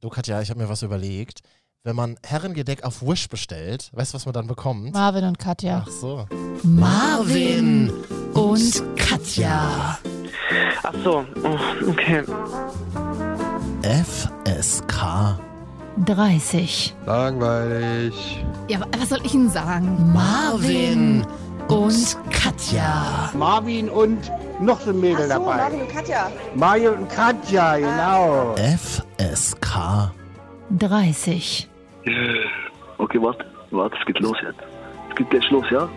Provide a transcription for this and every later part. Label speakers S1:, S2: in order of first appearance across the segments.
S1: Du, Katja, ich habe mir was überlegt. Wenn man Herrengedeck auf Wish bestellt, weißt du, was man dann bekommt?
S2: Marvin und Katja.
S1: Ach so.
S2: Marvin und Katja.
S3: Ach so, oh, okay.
S1: FSK.
S2: 30.
S4: Langweilig.
S5: Ja, wa- was soll ich Ihnen sagen?
S2: Marvin und Katja.
S6: Marvin und noch so ein Mädel
S7: Ach so,
S6: dabei.
S7: Marvin und Katja. Ah.
S6: Mario und Katja, genau.
S1: FSK.
S2: 30.
S8: Okay, warte, warte, es geht los jetzt. Es geht gleich los, ja?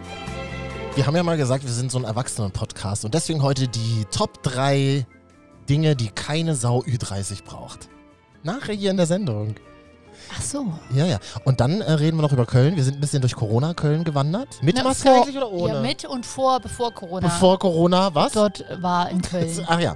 S1: Wir haben ja mal gesagt, wir sind so ein Erwachsenen-Podcast und deswegen heute die Top 3 Dinge, die keine Sau Ü30 braucht. Nachher hier in der Sendung.
S2: Ach so.
S1: Ja, ja. Und dann äh, reden wir noch über Köln. Wir sind ein bisschen durch Corona Köln gewandert. Mit
S2: Na,
S1: Maske
S2: vor-
S1: eigentlich oder ohne?
S2: Ja, mit und vor, bevor Corona
S1: Bevor Corona, was?
S2: dort war in Köln.
S1: Ach ja.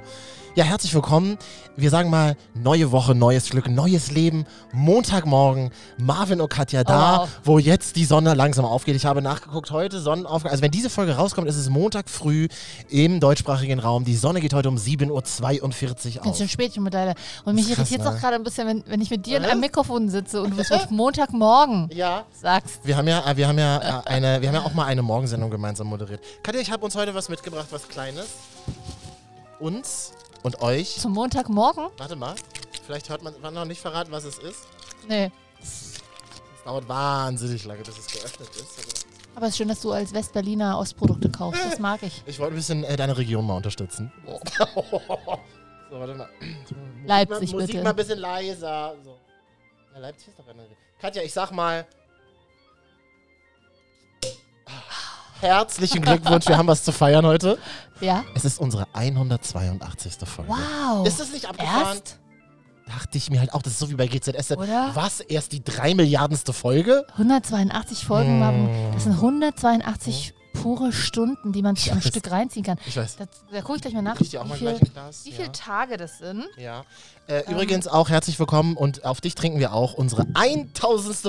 S1: Ja, herzlich willkommen. Wir sagen mal, neue Woche, neues Glück, neues Leben. Montagmorgen, Marvin und Katja da,
S2: Oh.
S1: wo jetzt die Sonne langsam aufgeht. Ich habe nachgeguckt, heute Sonnenaufgang. Also wenn diese Folge rauskommt, ist es Montag früh im deutschsprachigen Raum. Die Sonne geht heute um 7.42 Uhr
S2: Ganz
S1: auf.
S2: schön spät schon mit deiner. Und mich
S1: ist krass,
S2: irritiert
S1: ne?
S2: auch gerade ein bisschen, wenn, wenn ich mit dir in
S1: Was?
S2: einem Mikrofon sitze und du bist mit Montagmorgen
S1: Ja.
S2: sagst.
S1: Wir haben ja, äh, wir haben ja äh, eine, wir haben ja auch mal eine Morgensendung gemeinsam moderiert. Katja, ich habe uns heute was mitgebracht, was Kleines. Uns und euch.
S2: Zum Montagmorgen?
S1: Warte mal. Vielleicht hört man, man noch nicht verraten, was es ist.
S2: Nee.
S1: Es dauert wahnsinnig lange, bis es geöffnet ist. Aber
S2: Aber es ist schön, dass du als Westberliner Ostprodukte kaufst. Das mag ich.
S1: Ich wollte ein bisschen äh, deine Region mal unterstützen. so, warte mal.
S2: Leipzig,
S1: Musik mal, Musik
S2: Halt bitte.
S1: mal ein bisschen leiser. So. Na, Leipzig ist doch eine Region. Katja, ich sag mal. Herzlichen Glückwunsch, wir haben was zu feiern heute.
S2: Ja?
S1: Es ist unsere 182. Folge.
S2: Wow.
S1: Ist das nicht abgefahren?
S2: Erst?
S1: Dachte ich mir halt auch, das ist so wie bei GZSZ.
S2: Oder?
S1: Was? Erst die drei Milliardenste Folge?
S2: 182 Folgen,
S1: Mm.
S2: Marvin. Das sind 182 pure Stunden, die man sich
S1: Ich
S2: am
S1: weiß.
S2: Stück reinziehen kann.
S1: Ich weiß.
S2: Da, da gucke ich gleich mal nach,
S1: Ich dir auch mal
S2: wie viele
S1: gleich ein Glas.
S2: wie
S1: ja.
S2: viel Tage das sind.
S1: Ja.
S2: Ähm.
S1: Äh, Übrigens auch herzlich willkommen und auf dich trinken wir auch unsere 1000.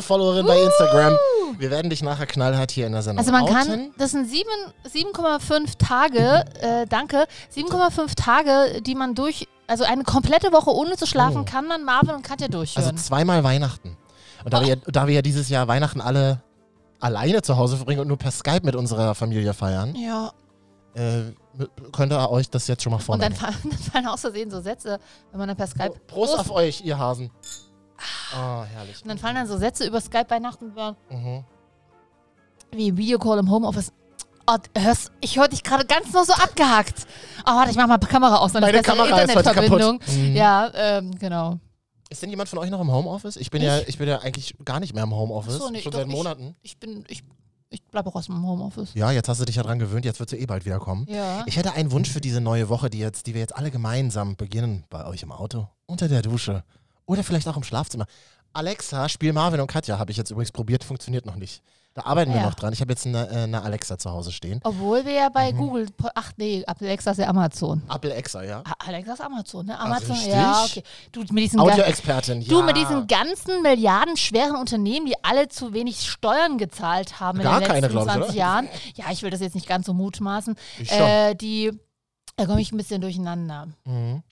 S1: Followerin bei Instagram. Wir werden dich nachher knallhart hier in der Sendung
S2: Also man
S1: outen.
S2: kann, das sind sieben- 7,5 Tage, äh, danke, 7,5 Tage, die man durch, also eine komplette Woche ohne zu schlafen,
S1: Oh.
S2: kann man Marvin und Katja durchhören.
S1: Also zweimal Weihnachten. Und da, wir, ja- da wir ja dieses Jahr Weihnachten alle alleine zu Hause verbringen und nur per Skype mit unserer Familie feiern,
S2: ja.
S1: äh, könnt ihr euch das jetzt schon mal
S2: Und dann
S1: vornehmen.
S2: fallen, dann fallen aus Versehen so Sätze, wenn man dann per Skype.
S1: Prost, Prost auf euch, ihr Hasen. Oh, herrlich.
S2: Und Ah. dann fallen dann so Sätze über Skype Weihnachten wie-
S1: Mhm.
S2: wie Videocall im Homeoffice. Oh, hörst, ich höre dich gerade ganz nur so abgehackt. Oh, warte, ich mach mal Kamera aus, dann
S1: Meine
S2: ist bessere
S1: Kamera ist heute kaputt.
S2: Internetverbindung.
S1: Mhm.
S2: Ja, ähm, genau.
S1: Ist denn jemand von euch noch im Homeoffice? Ich bin,
S2: Ich?
S1: Ja, ich bin ja eigentlich gar nicht mehr im Homeoffice.
S2: Ach so, nee,
S1: schon
S2: doch,
S1: seit
S2: ich-
S1: Monaten.
S2: Ich bin, ich, ich bleibe auch aus dem Homeoffice.
S1: Ja, jetzt hast du dich ja dran gewöhnt, jetzt wird sie eh bald wiederkommen.
S2: Ja.
S1: Ich hätte einen Wunsch für diese neue Woche, die, jetzt, die wir jetzt alle gemeinsam beginnen. Bei euch im Auto, unter der Dusche oder vielleicht auch im Schlafzimmer. Alexa, spiel Marvin und Katja, habe ich jetzt übrigens probiert, funktioniert noch nicht. Da arbeiten wir
S2: Ja.
S1: noch dran. Ich habe jetzt eine, äh, eine Alexa zu Hause stehen.
S2: Obwohl wir ja
S1: Mhm.
S2: bei Google, po- ach nee, Alexa ist ja Amazon.
S1: Alexa, ja.
S2: A- Alexa ist Amazon, ne? Amazon,
S1: richtig?
S2: ja, okay. Du mit diesen, ga
S1: Audioexpertin, ja.
S2: du mit diesen ganzen milliardenschweren Unternehmen, die alle zu wenig Steuern gezahlt haben in
S1: Gar
S2: den letzten
S1: keine, glaub ich,
S2: 20
S1: oder?
S2: Jahren. Ja, ich will das jetzt nicht ganz so mutmaßen.
S1: Ich schon.
S2: Äh, die, da komme ich ein bisschen durcheinander.
S1: Mhm.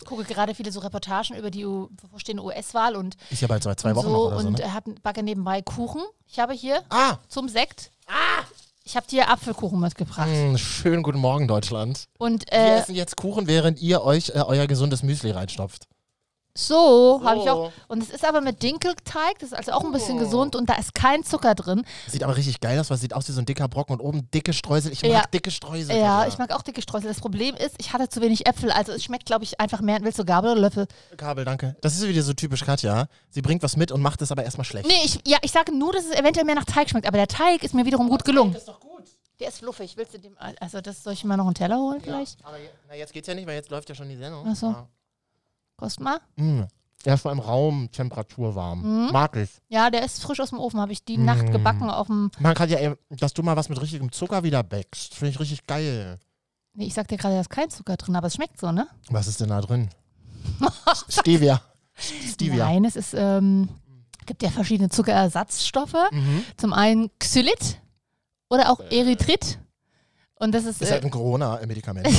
S2: Ich gucke gerade viele so Reportagen über die U- bevorstehende US-Wahl und
S1: Ist ja bald so, zwei Wochen
S2: so
S1: noch oder so,
S2: und
S1: ne?
S2: äh, hab, backe nebenbei Kuchen. Ich habe hier
S1: Ah,
S2: zum Sekt. Ich habe dir Apfelkuchen mitgebracht.
S1: mh, hm, schönen guten Morgen, Deutschland.
S2: Und
S1: Wir
S2: äh,
S1: essen jetzt Kuchen, während ihr euch äh, euer gesundes Müsli reinstopft.
S2: So, habe
S1: So.
S2: ich auch. Und es ist aber mit Dinkelteig, das ist also auch ein
S1: Oh.
S2: bisschen gesund und da ist kein Zucker drin.
S1: Sieht aber richtig geil aus, weil es sieht aus wie so ein dicker Brocken und oben dicke Streusel. Ich mag
S2: Ja.
S1: dicke Streusel.
S2: Ja,
S1: Alter.
S2: ich mag auch dicke Streusel. Das Problem ist, ich hatte zu wenig Äpfel, also es schmeckt, glaube ich, einfach mehr. Willst du Gabel oder Löffel?
S1: Kabel, danke. Das ist wieder so typisch Katja. Sie bringt was mit und macht es aber erstmal schlecht.
S2: Nee, ich, ja, ich sage nur, dass es eventuell mehr nach Teig schmeckt, aber der Teig ist mir wiederum gut gelungen.
S1: ist doch gut.
S2: Der ist fluffig. Willst du dem, also das soll ich mal noch einen Teller holen vielleicht?
S1: Aber je, na, jetzt geht's ja nicht, weil jetzt läuft ja schon die Sendung.
S2: Ach so.
S1: Ja.
S2: Kost mal.
S1: Mm. Erstmal im Raum Temperatur warm.
S2: Mhm.
S1: Mag ich.
S2: Ja, der ist frisch aus dem Ofen, habe ich die
S1: Mm.
S2: Nacht gebacken auf dem,
S1: Man kann ja, ey, dass du mal was mit richtigem Zucker wieder backst. Finde ich richtig geil.
S2: nee, ich sag dir gerade, da ist kein Zucker drin, aber es schmeckt so, ne?
S1: Was ist denn da drin? Stevia. Stevia.
S2: Nein, es ist, ähm, gibt ja verschiedene Zuckerersatzstoffe.
S1: Mhm.
S2: Zum einen Xylit oder auch Erythrit. Und das ist,
S1: Äh. Ist
S2: äh,
S1: halt ein Corona-Medikament.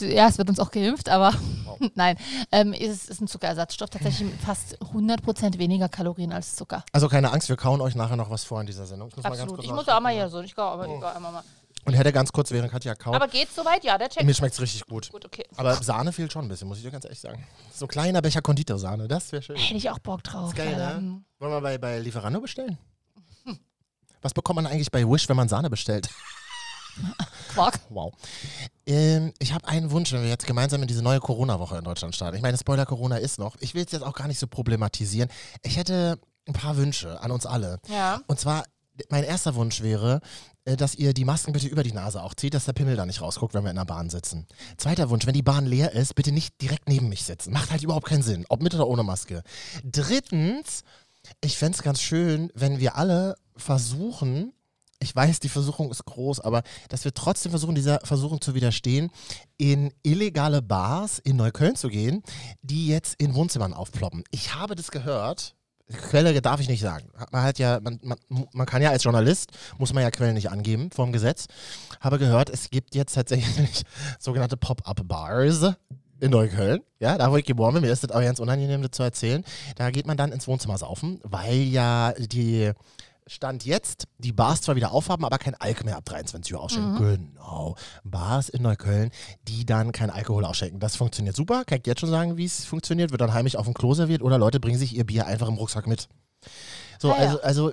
S2: Ja, es wird uns auch geimpft, aber nein. Ähm, es ist ein Zuckerersatzstoff, tatsächlich mit fast 100% weniger Kalorien als Zucker.
S1: Also keine Angst, wir kauen euch nachher noch was vor in dieser Sendung. Ich muss
S2: Absolut. Ich
S1: mal ganz
S2: muss
S1: kurz
S2: auch mal hier so. Ich glaube, aber ich glaub, einmal mal.
S1: Und hätte ganz kurz, während Katja kaut.
S2: Aber geht's soweit? Ja, der checkt.
S1: mir schmeckt es richtig gut.
S2: Gut, okay.
S1: Aber Sahne fehlt schon ein bisschen, muss ich dir ganz ehrlich sagen. So ein kleiner Becher Konditorsahne, das wäre schön.
S2: Hätte ich auch Bock drauf.
S1: Ist geil,
S2: Alter.
S1: ne? Wollen wir bei, bei Lieferando bestellen? Was bekommt man eigentlich bei Wish, wenn man Sahne bestellt?
S2: Quark.
S1: Wow. Ähm, ich habe einen Wunsch, wenn wir jetzt gemeinsam in diese neue Corona-Woche in Deutschland starten. Ich meine, Spoiler Corona ist noch. Ich will es jetzt auch gar nicht so problematisieren. Ich hätte ein paar Wünsche an uns alle.
S2: Ja.
S1: Und zwar, mein erster Wunsch wäre, äh, dass ihr die Masken bitte über die Nase auch zieht, dass der Pimmel da nicht rausguckt, wenn wir in der Bahn sitzen. Zweiter Wunsch, wenn die Bahn leer ist, bitte nicht direkt neben mich sitzen. Macht halt überhaupt keinen Sinn, ob mit oder ohne Maske. Drittens, ich fände es ganz schön, wenn wir alle versuchen, ich weiß, die Versuchung ist groß, aber dass wir trotzdem versuchen, dieser Versuchung zu widerstehen, in illegale Bars in Neukölln zu gehen, die jetzt in Wohnzimmern aufploppen. Ich habe das gehört, Quelle darf ich nicht sagen. Hat Man, halt ja, man, man, man kann ja als Journalist, muss man ja Quellen nicht angeben vorm Gesetz. Habe gehört, es gibt jetzt tatsächlich sogenannte Pop-Up-Bars in Neukölln. Ja, da wo ich geboren bin, mir ist das auch ganz unangenehm das zu erzählen. Da geht man dann ins Wohnzimmer saufen, weil ja die Stand jetzt die Bars zwar wieder aufhaben, aber kein Alk mehr ab 23 Uhr ausschenken.
S2: Mhm.
S1: Genau. Bars in Neukölln, die dann kein Alkohol ausschenken. Das funktioniert super. Kann ich jetzt schon sagen, wie es funktioniert. Wird dann heimlich auf dem Klo serviert oder Leute bringen sich ihr Bier einfach im Rucksack mit. So,
S2: Ah ja.
S1: also, also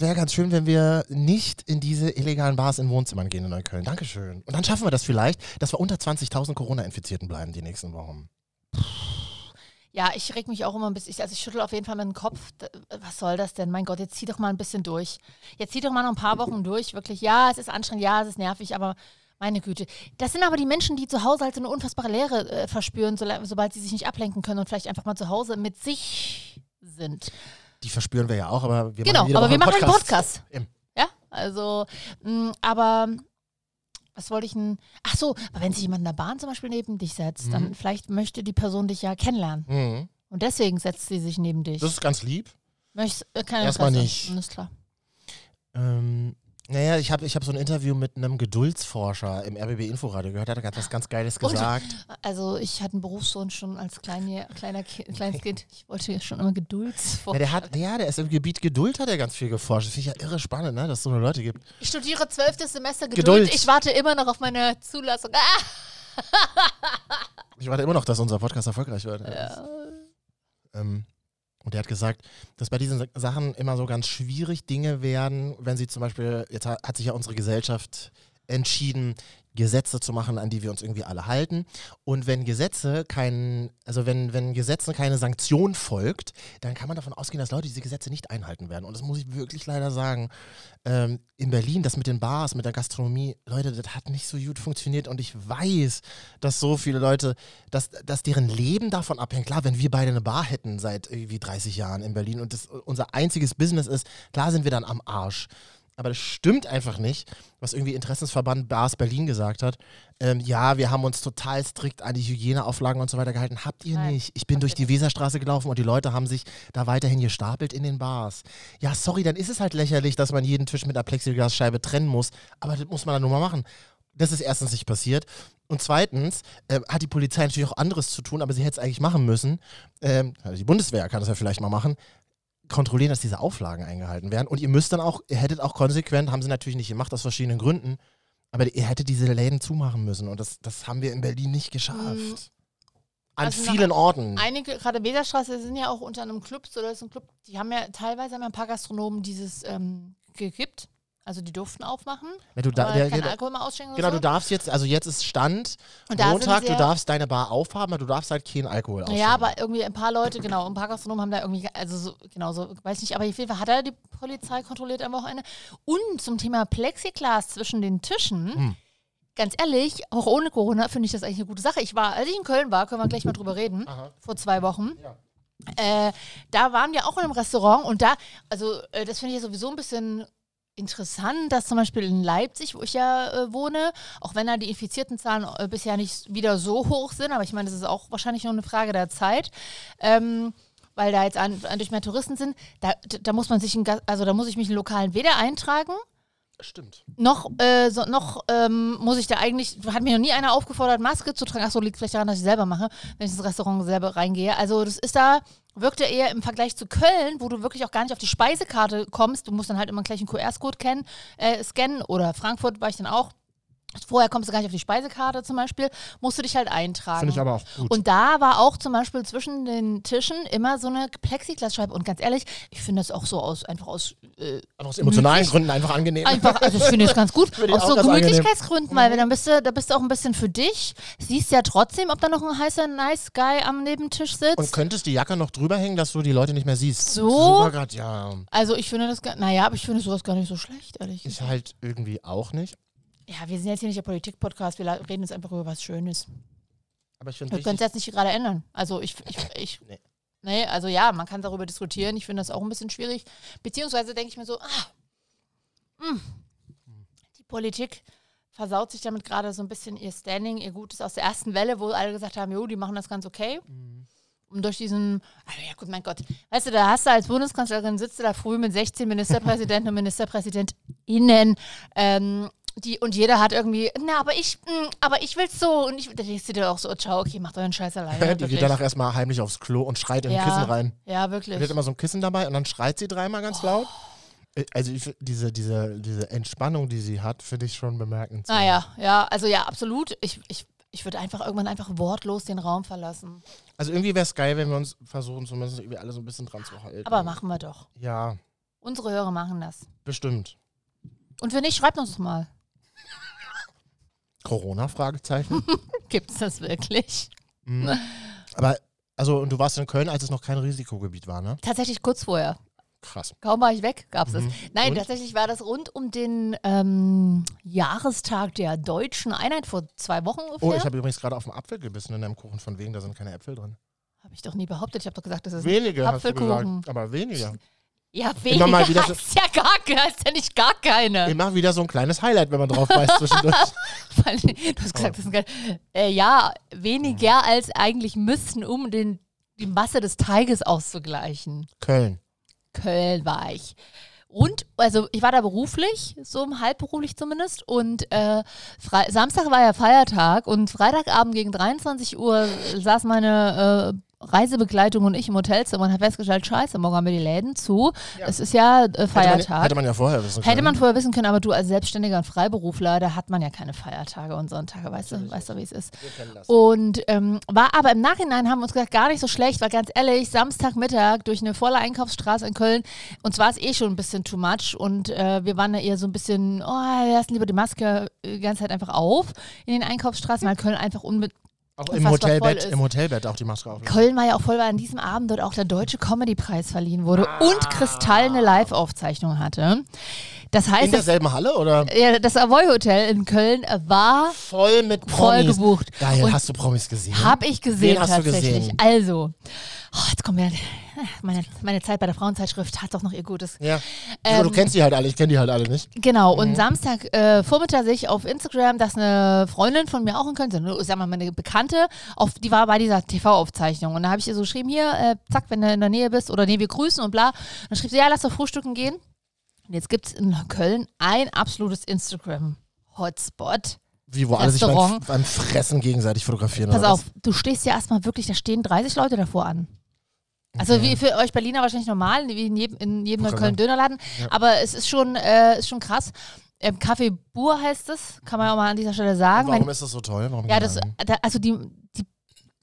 S1: wäre ganz schön, wenn wir nicht in diese illegalen Bars in Wohnzimmern gehen in Neukölln. Dankeschön. Und dann schaffen wir das vielleicht, dass wir unter 20.000 Corona-Infizierten bleiben die nächsten Wochen.
S2: Ja, ich reg mich auch immer ein bisschen. Ich, also ich schüttel auf jeden Fall mit dem Kopf. D- Was soll das denn? Mein Gott, jetzt zieh doch mal ein bisschen durch. Jetzt zieh doch mal noch ein paar Wochen durch. Wirklich, ja, es ist anstrengend, ja, es ist nervig, aber meine Güte. Das sind aber die Menschen, die zu Hause halt so eine unfassbare Leere äh, verspüren, so, sobald sie sich nicht ablenken können und vielleicht einfach mal zu Hause mit sich sind.
S1: Die verspüren wir ja auch, aber wir
S2: genau,
S1: machen jede
S2: aber
S1: Woche
S2: wir machen einen Podcast.
S1: Eben.
S2: Ja, also, mh, aber was wollte ich denn? Ach so, aber wenn sich jemand in der Bahn zum Beispiel neben dich setzt, dann vielleicht möchte die Person dich ja kennenlernen.
S1: Mhm.
S2: Und deswegen setzt sie sich neben dich.
S1: Das ist ganz lieb.
S2: Möchtest, äh, keine
S1: Erstmal
S2: Interesse.
S1: nicht.
S2: Alles klar.
S1: Ähm, naja, ich habe ich hab so ein Interview mit einem Geduldsforscher im RBB Inforadio gehört, der hat gerade was ganz Geiles
S2: Und?
S1: gesagt.
S2: Also ich hatte einen Berufssohn schon als kleine, kleiner Ki kleines Kind. Ich wollte ja schon immer
S1: Ja,
S2: Geduldsforschung.
S1: der hat, ja, der ist im Gebiet Geduld, hat er ganz viel geforscht. Das finde ich ja irre spannend, ne, dass es so eine Leute gibt.
S2: Ich studiere zwölftes Semester Geduld.
S1: Geduld.
S2: Ich warte immer noch auf meine Zulassung. Ah!
S1: Ich warte immer noch, dass unser Podcast erfolgreich wird. Ähm, und der hat gesagt, dass bei diesen Sa- Sachen immer so ganz schwierig Dinge werden, wenn sie zum Beispiel, jetzt ha- hat sich ja unsere Gesellschaft entschieden, Gesetze zu machen, an die wir uns irgendwie alle halten. Und wenn Gesetze keinen, also wenn, wenn Gesetzen keine Sanktion folgt, dann kann man davon ausgehen, dass Leute diese Gesetze nicht einhalten werden. Und das muss ich wirklich leider sagen. Ähm, in Berlin, das mit den Bars, mit der Gastronomie, Leute, das hat nicht so gut funktioniert. Und ich weiß, dass so viele Leute, dass, dass deren Leben davon abhängt. Klar, wenn wir beide eine Bar hätten seit irgendwie 30 Jahren in Berlin und das unser einziges Business ist, klar sind wir dann am Arsch. Aber das stimmt einfach nicht, was irgendwie Interessensverband Bars Berlin gesagt hat. Ähm, ja, wir haben uns total strikt an die Hygieneauflagen und so weiter gehalten. Habt ihr
S2: Nein.
S1: nicht. Ich bin durch die Weserstraße gelaufen und die Leute haben sich da weiterhin gestapelt in den Bars. Ja, sorry, dann ist es halt lächerlich, dass man jeden Tisch mit einer Plexiglasscheibe trennen muss. Aber das muss man dann nur mal machen. Das ist erstens nicht passiert. Und zweitens äh, hat die Polizei natürlich auch anderes zu tun, aber sie hätte es eigentlich machen müssen. Ähm, also die Bundeswehr kann das ja vielleicht mal machen. Kontrollieren, dass diese Auflagen eingehalten werden. Und ihr müsst dann auch, ihr hättet auch konsequent, haben sie natürlich nicht gemacht, aus verschiedenen Gründen, aber ihr hättet diese Läden zumachen müssen. Und das, das haben wir in Berlin nicht geschafft. An
S2: Mhm. Also nach-
S1: vielen Orten.
S2: Einige, gerade Weserstraße, sind ja auch unter einem Club, so das ist ein Club, die haben ja teilweise haben ja ein paar Gastronomen dieses ähm, gekippt. Also die durften aufmachen,
S1: Ja, du da-
S2: aber
S1: der-
S2: keinen
S1: der-
S2: Alkohol mehr ausschenken
S1: Genau,
S2: und so.
S1: du darfst jetzt, also jetzt ist Stand,
S2: Und da sind
S1: Montag,
S2: sie
S1: du
S2: ja-
S1: darfst deine Bar aufhaben, aber du darfst halt keinen Alkohol ausschenken.
S2: Ja, aber irgendwie ein paar Leute, genau, ein paar Gastronomen haben da irgendwie, also so, genau so, weiß nicht, aber auf jeden Fall hat er die Polizei kontrolliert am Wochenende. Und zum Thema Plexiglas zwischen den Tischen, ganz ehrlich, auch ohne Corona finde ich das eigentlich eine gute Sache. Ich war, als ich in Köln war, können wir gleich mal drüber reden, vor zwei Wochen. Äh, da waren wir auch in einem Restaurant und da, also äh, das finde ich ja sowieso ein bisschen interessant, dass zum Beispiel in Leipzig, wo ich ja äh, wohne, auch wenn da die infizierten Zahlen äh, bisher nicht wieder so hoch sind, aber ich meine, das ist auch wahrscheinlich nur eine Frage der Zeit, ähm, weil da jetzt an, an durch mehr Touristen sind, da, da muss man sich, in, Ga- also da muss ich mich in lokalen Weder eintragen,
S1: Stimmt.
S2: Noch, äh, so, noch ähm, muss ich da eigentlich, hat mir noch nie einer aufgefordert, Maske zu tragen. Achso, liegt vielleicht daran, dass ich selber mache, wenn ich ins Restaurant selber reingehe. Also das ist da, wirkt ja eher im Vergleich zu Köln, wo du wirklich auch gar nicht auf die Speisekarte kommst. Du musst dann halt immer gleich einen QR-Code kennen, äh, scannen oder Frankfurt war ich dann auch. Vorher kommst du gar nicht auf die Speisekarte zum Beispiel, musst du dich halt eintragen.
S1: Finde ich aber auch gut.
S2: Und da war auch zum Beispiel zwischen den Tischen immer so eine Plexiglasscheibe. Und ganz ehrlich, ich finde das auch so aus, einfach aus äh,
S1: Und aus emotionalen
S2: gemütlich-
S1: Gründen einfach angenehm.
S2: Einfach, also ich finde es ganz gut.
S1: Finde ich
S2: Aus
S1: auch
S2: so
S1: ganz angenehm. Mhm.
S2: Gemütlichkeitsgründen, weil wenn dann bist du, da bist du auch ein bisschen für dich. Siehst ja trotzdem, ob da noch ein heißer Nice Guy am Nebentisch sitzt.
S1: Und könntest die Jacke noch drüber hängen, dass du die Leute nicht mehr siehst.
S2: So?
S1: Super grad, ja.
S2: also ich finde das, gar- naja, aber ich finde sowas gar nicht so schlecht, ehrlich.
S1: Ich halt irgendwie auch nicht.
S2: Ja, wir sind jetzt hier nicht der Politik-Podcast, wir la- reden jetzt einfach über was Schönes.
S1: Aber ich finde
S2: Wir können es
S1: wichtig.
S2: jetzt nicht gerade ändern. Also ich, ich, ich
S1: Nee.
S2: nee. also ja, man kann darüber diskutieren. Ich finde das auch ein bisschen schwierig. Beziehungsweise denke ich mir so, ah, mh, die Politik versaut sich damit gerade so ein bisschen ihr Standing, ihr Gutes aus der ersten Welle, wo alle gesagt haben, jo, die machen das ganz okay.
S1: Mhm.
S2: Und durch diesen, also ja gut, mein Gott, weißt du, da hast du als Bundeskanzlerin, sitzt du da früh mit 16 Ministerpräsidenten und MinisterpräsidentInnen ähm, die, und jeder hat irgendwie, na, aber ich, mh, aber ich will's so. Und ich, da denkst du dir auch so, oh, ciao, okay, macht euren Scheiß alleine.
S1: Die
S2: wirklich.
S1: geht danach erstmal heimlich aufs Klo und schreit in ein
S2: Ja.
S1: Kissen rein.
S2: Ja, wirklich. Oh.
S1: Sie hat immer so ein Kissen dabei und dann schreit sie dreimal ganz laut. Äh, Also ich, find diese, diese, diese Entspannung, die sie hat, finde ich schon bemerkenswert.
S2: Naja, ja, also ja, absolut. Ich, ich, ich würde einfach irgendwann einfach wortlos den Raum verlassen.
S1: Also irgendwie wäre es geil, wenn wir uns versuchen, zumindest irgendwie alle so ein bisschen dran zu halten.
S2: Aber machen wir doch.
S1: Ja,
S2: Unsere Hörer machen das.
S1: bestimmt.
S2: Und wenn nicht, schreibt uns doch mal.
S1: Corona-Fragezeichen.
S2: Gibt's das wirklich?
S1: Mhm. Aber, also, und du warst in Köln, als es noch kein Risikogebiet war, ne?
S2: Tatsächlich kurz vorher.
S1: Krass.
S2: Kaum war ich weg, gab's es.
S1: Mhm.
S2: Nein,
S1: Und?
S2: tatsächlich war das rund um den ähm, Jahrestag der deutschen Einheit vor zwei Wochen ungefähr.
S1: Oh, ich habe übrigens gerade auf einen Apfel gebissen in deinem Kuchen, von wegen, da sind keine Äpfel drin.
S2: Hab ich doch nie behauptet. Ich habe doch gesagt, das ist ein
S1: Wenige, hast du
S2: Apfelkuchen.
S1: gesagt. Aber weniger.
S2: Ja,
S1: Immer
S2: weniger
S1: mal wieder so-
S2: heißt ja gar keine, heißt ja nicht gar keine.
S1: Immer wieder so ein kleines Highlight, wenn man drauf beißt zwischendurch.
S2: Weil, du hast gesagt, das sind gar, äh, ja weniger als eigentlich müssten, um den, die Masse des Teiges auszugleichen.
S1: Köln.
S2: Köln war ich. Und, also ich war da beruflich, so im halbberuflich zumindest. Und äh, Fre Samstag war ja Feiertag und Freitagabend gegen 23 Uhr saß meine äh, Reisebegleitung und ich im Hotelzimmer und habe festgestellt, scheiße, morgen haben wir die Läden zu. Es ist ja äh,
S1: Hätte man,
S2: Feiertag.
S1: hätte man ja vorher wissen können.
S2: Hätte man vorher wissen können, aber du als Selbstständiger und Freiberufler, da hat man ja keine Feiertage und Sonntage, weißt du, weißt du, wie es ist. Und ähm, war aber im Nachhinein, haben wir uns gesagt, gar nicht so schlecht, weil ganz ehrlich, Samstagmittag durch eine volle Einkaufsstraße in Köln, uns war es eh schon ein bisschen too much und äh, wir waren da eher so ein bisschen, oh, wir lassen lieber die Maske äh, die ganze Zeit einfach auf in den Einkaufsstraßen, weil Köln einfach unbe
S1: Auch
S2: was
S1: im
S2: voll
S1: Hotelbett,
S2: ist.
S1: im Hotelbett auch die Maske auflassen.
S2: Köln war ja auch voll, weil an diesem Abend dort auch der Deutsche Comedy-Preis verliehen wurde und Kristall eine Live-Aufzeichnung hatte. Das
S1: In
S2: heißt, das,
S1: derselben Halle oder?
S2: ja, das Savoy Hotel in Köln war
S1: Voll mit
S2: voll
S1: Promis.
S2: gebucht.
S1: Geil,
S2: Und
S1: hast du Promis gesehen?
S2: Hab ich gesehen
S1: Wen hast du
S2: tatsächlich.
S1: gesehen?
S2: Also, oh, jetzt kommt mir meine, meine Zeit bei der Frauenzeitschrift hat doch noch ihr Gutes.
S1: Ja.
S2: Ähm,
S1: Wieso, du kennst die halt alle, ich kenne die halt alle nicht.
S2: Genau, und Samstag äh, Vormittag sehe ich auf Instagram, dass eine Freundin von mir auch in Köln, so- sagen wir mal eine Bekannte, auf, die war bei dieser TV-Aufzeichnung. Und da habe ich ihr so geschrieben, hier, äh, zack, wenn du in der Nähe bist oder nee, wir grüßen und bla. Und dann schrieb sie, ja, lass doch frühstücken gehen. Und jetzt gibt es in Köln ein absolutes Instagram-Hotspot.
S1: Wie, wo alle sich beim,
S2: Restaurant.
S1: beim Fressen gegenseitig fotografieren.
S2: Pass
S1: oder was?
S2: auf, du stehst ja erstmal wirklich, da stehen 30 Leute davor an. Also wie für euch Berliner wahrscheinlich normal, wie in jedem, in jedem
S1: Wollte
S2: Köln
S1: gerade
S2: Dönerladen, aber es ist schon, äh, ist schon krass. Ähm, Café Bur heißt es, kann man ja auch mal an dieser Stelle sagen.
S1: Warum
S2: Wenn-
S1: ist das so toll? Warum
S2: ja,
S1: geht
S2: das,
S1: man hin?
S2: da, also die, die,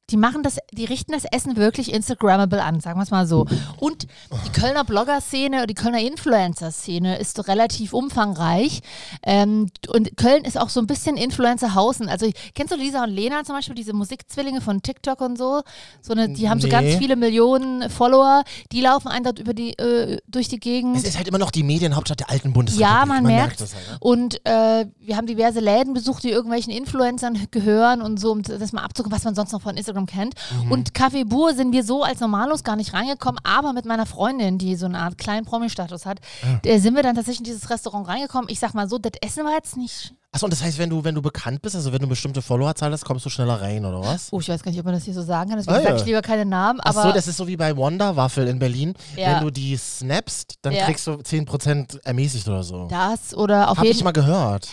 S2: die machen das, die richten das Essen wirklich Instagrammable an, sagen wir es mal so. Und die Kölner Blogger-Szene, die Kölner Influencer-Szene ist relativ umfangreich. Ähm, und Köln ist auch so ein bisschen Influencer-Hausen. Also kennst du Lisa und Lena zum Beispiel, diese Musikzwillinge von TikTok und so? so eine, die haben so
S1: Nee.
S2: ganz viele Millionen Follower. Die laufen einen dort über die, äh, durch die Gegend.
S1: Es ist halt immer noch die Medienhauptstadt der alten Bundesrepublik.
S2: Ja, man, merkt.
S1: das halt, ne?
S2: Und äh, wir haben diverse Läden besucht, die irgendwelchen Influencern gehören und so, um das mal abzugucken, was man sonst noch von Instagram kennt.
S1: Mhm.
S2: Und Café Bur sind wir so als Normalos gar nicht reingekommen, aber mit meiner Freundin, die so eine Art
S1: Ah.
S2: kleinen Promi-Status hat, äh, sind wir dann tatsächlich in dieses Restaurant reingekommen. Ich sag mal so, das Essen war jetzt nicht
S1: Achso, und das heißt, wenn du, wenn du bekannt bist, also wenn du bestimmte Followerzahl hast, kommst du schneller rein, oder was?
S2: Oh, ich weiß gar nicht, ob man das hier so sagen kann, deswegen
S1: Ah, ja.
S2: sage ich lieber keine Namen, aber
S1: Achso, das ist so wie bei Wonder Waffel in Berlin.
S2: Ja.
S1: Wenn du die snappst, dann
S2: Ja.
S1: kriegst du 10% ermäßigt oder so.
S2: das oder auf
S1: Hab
S2: jeden
S1: ich mal gehört.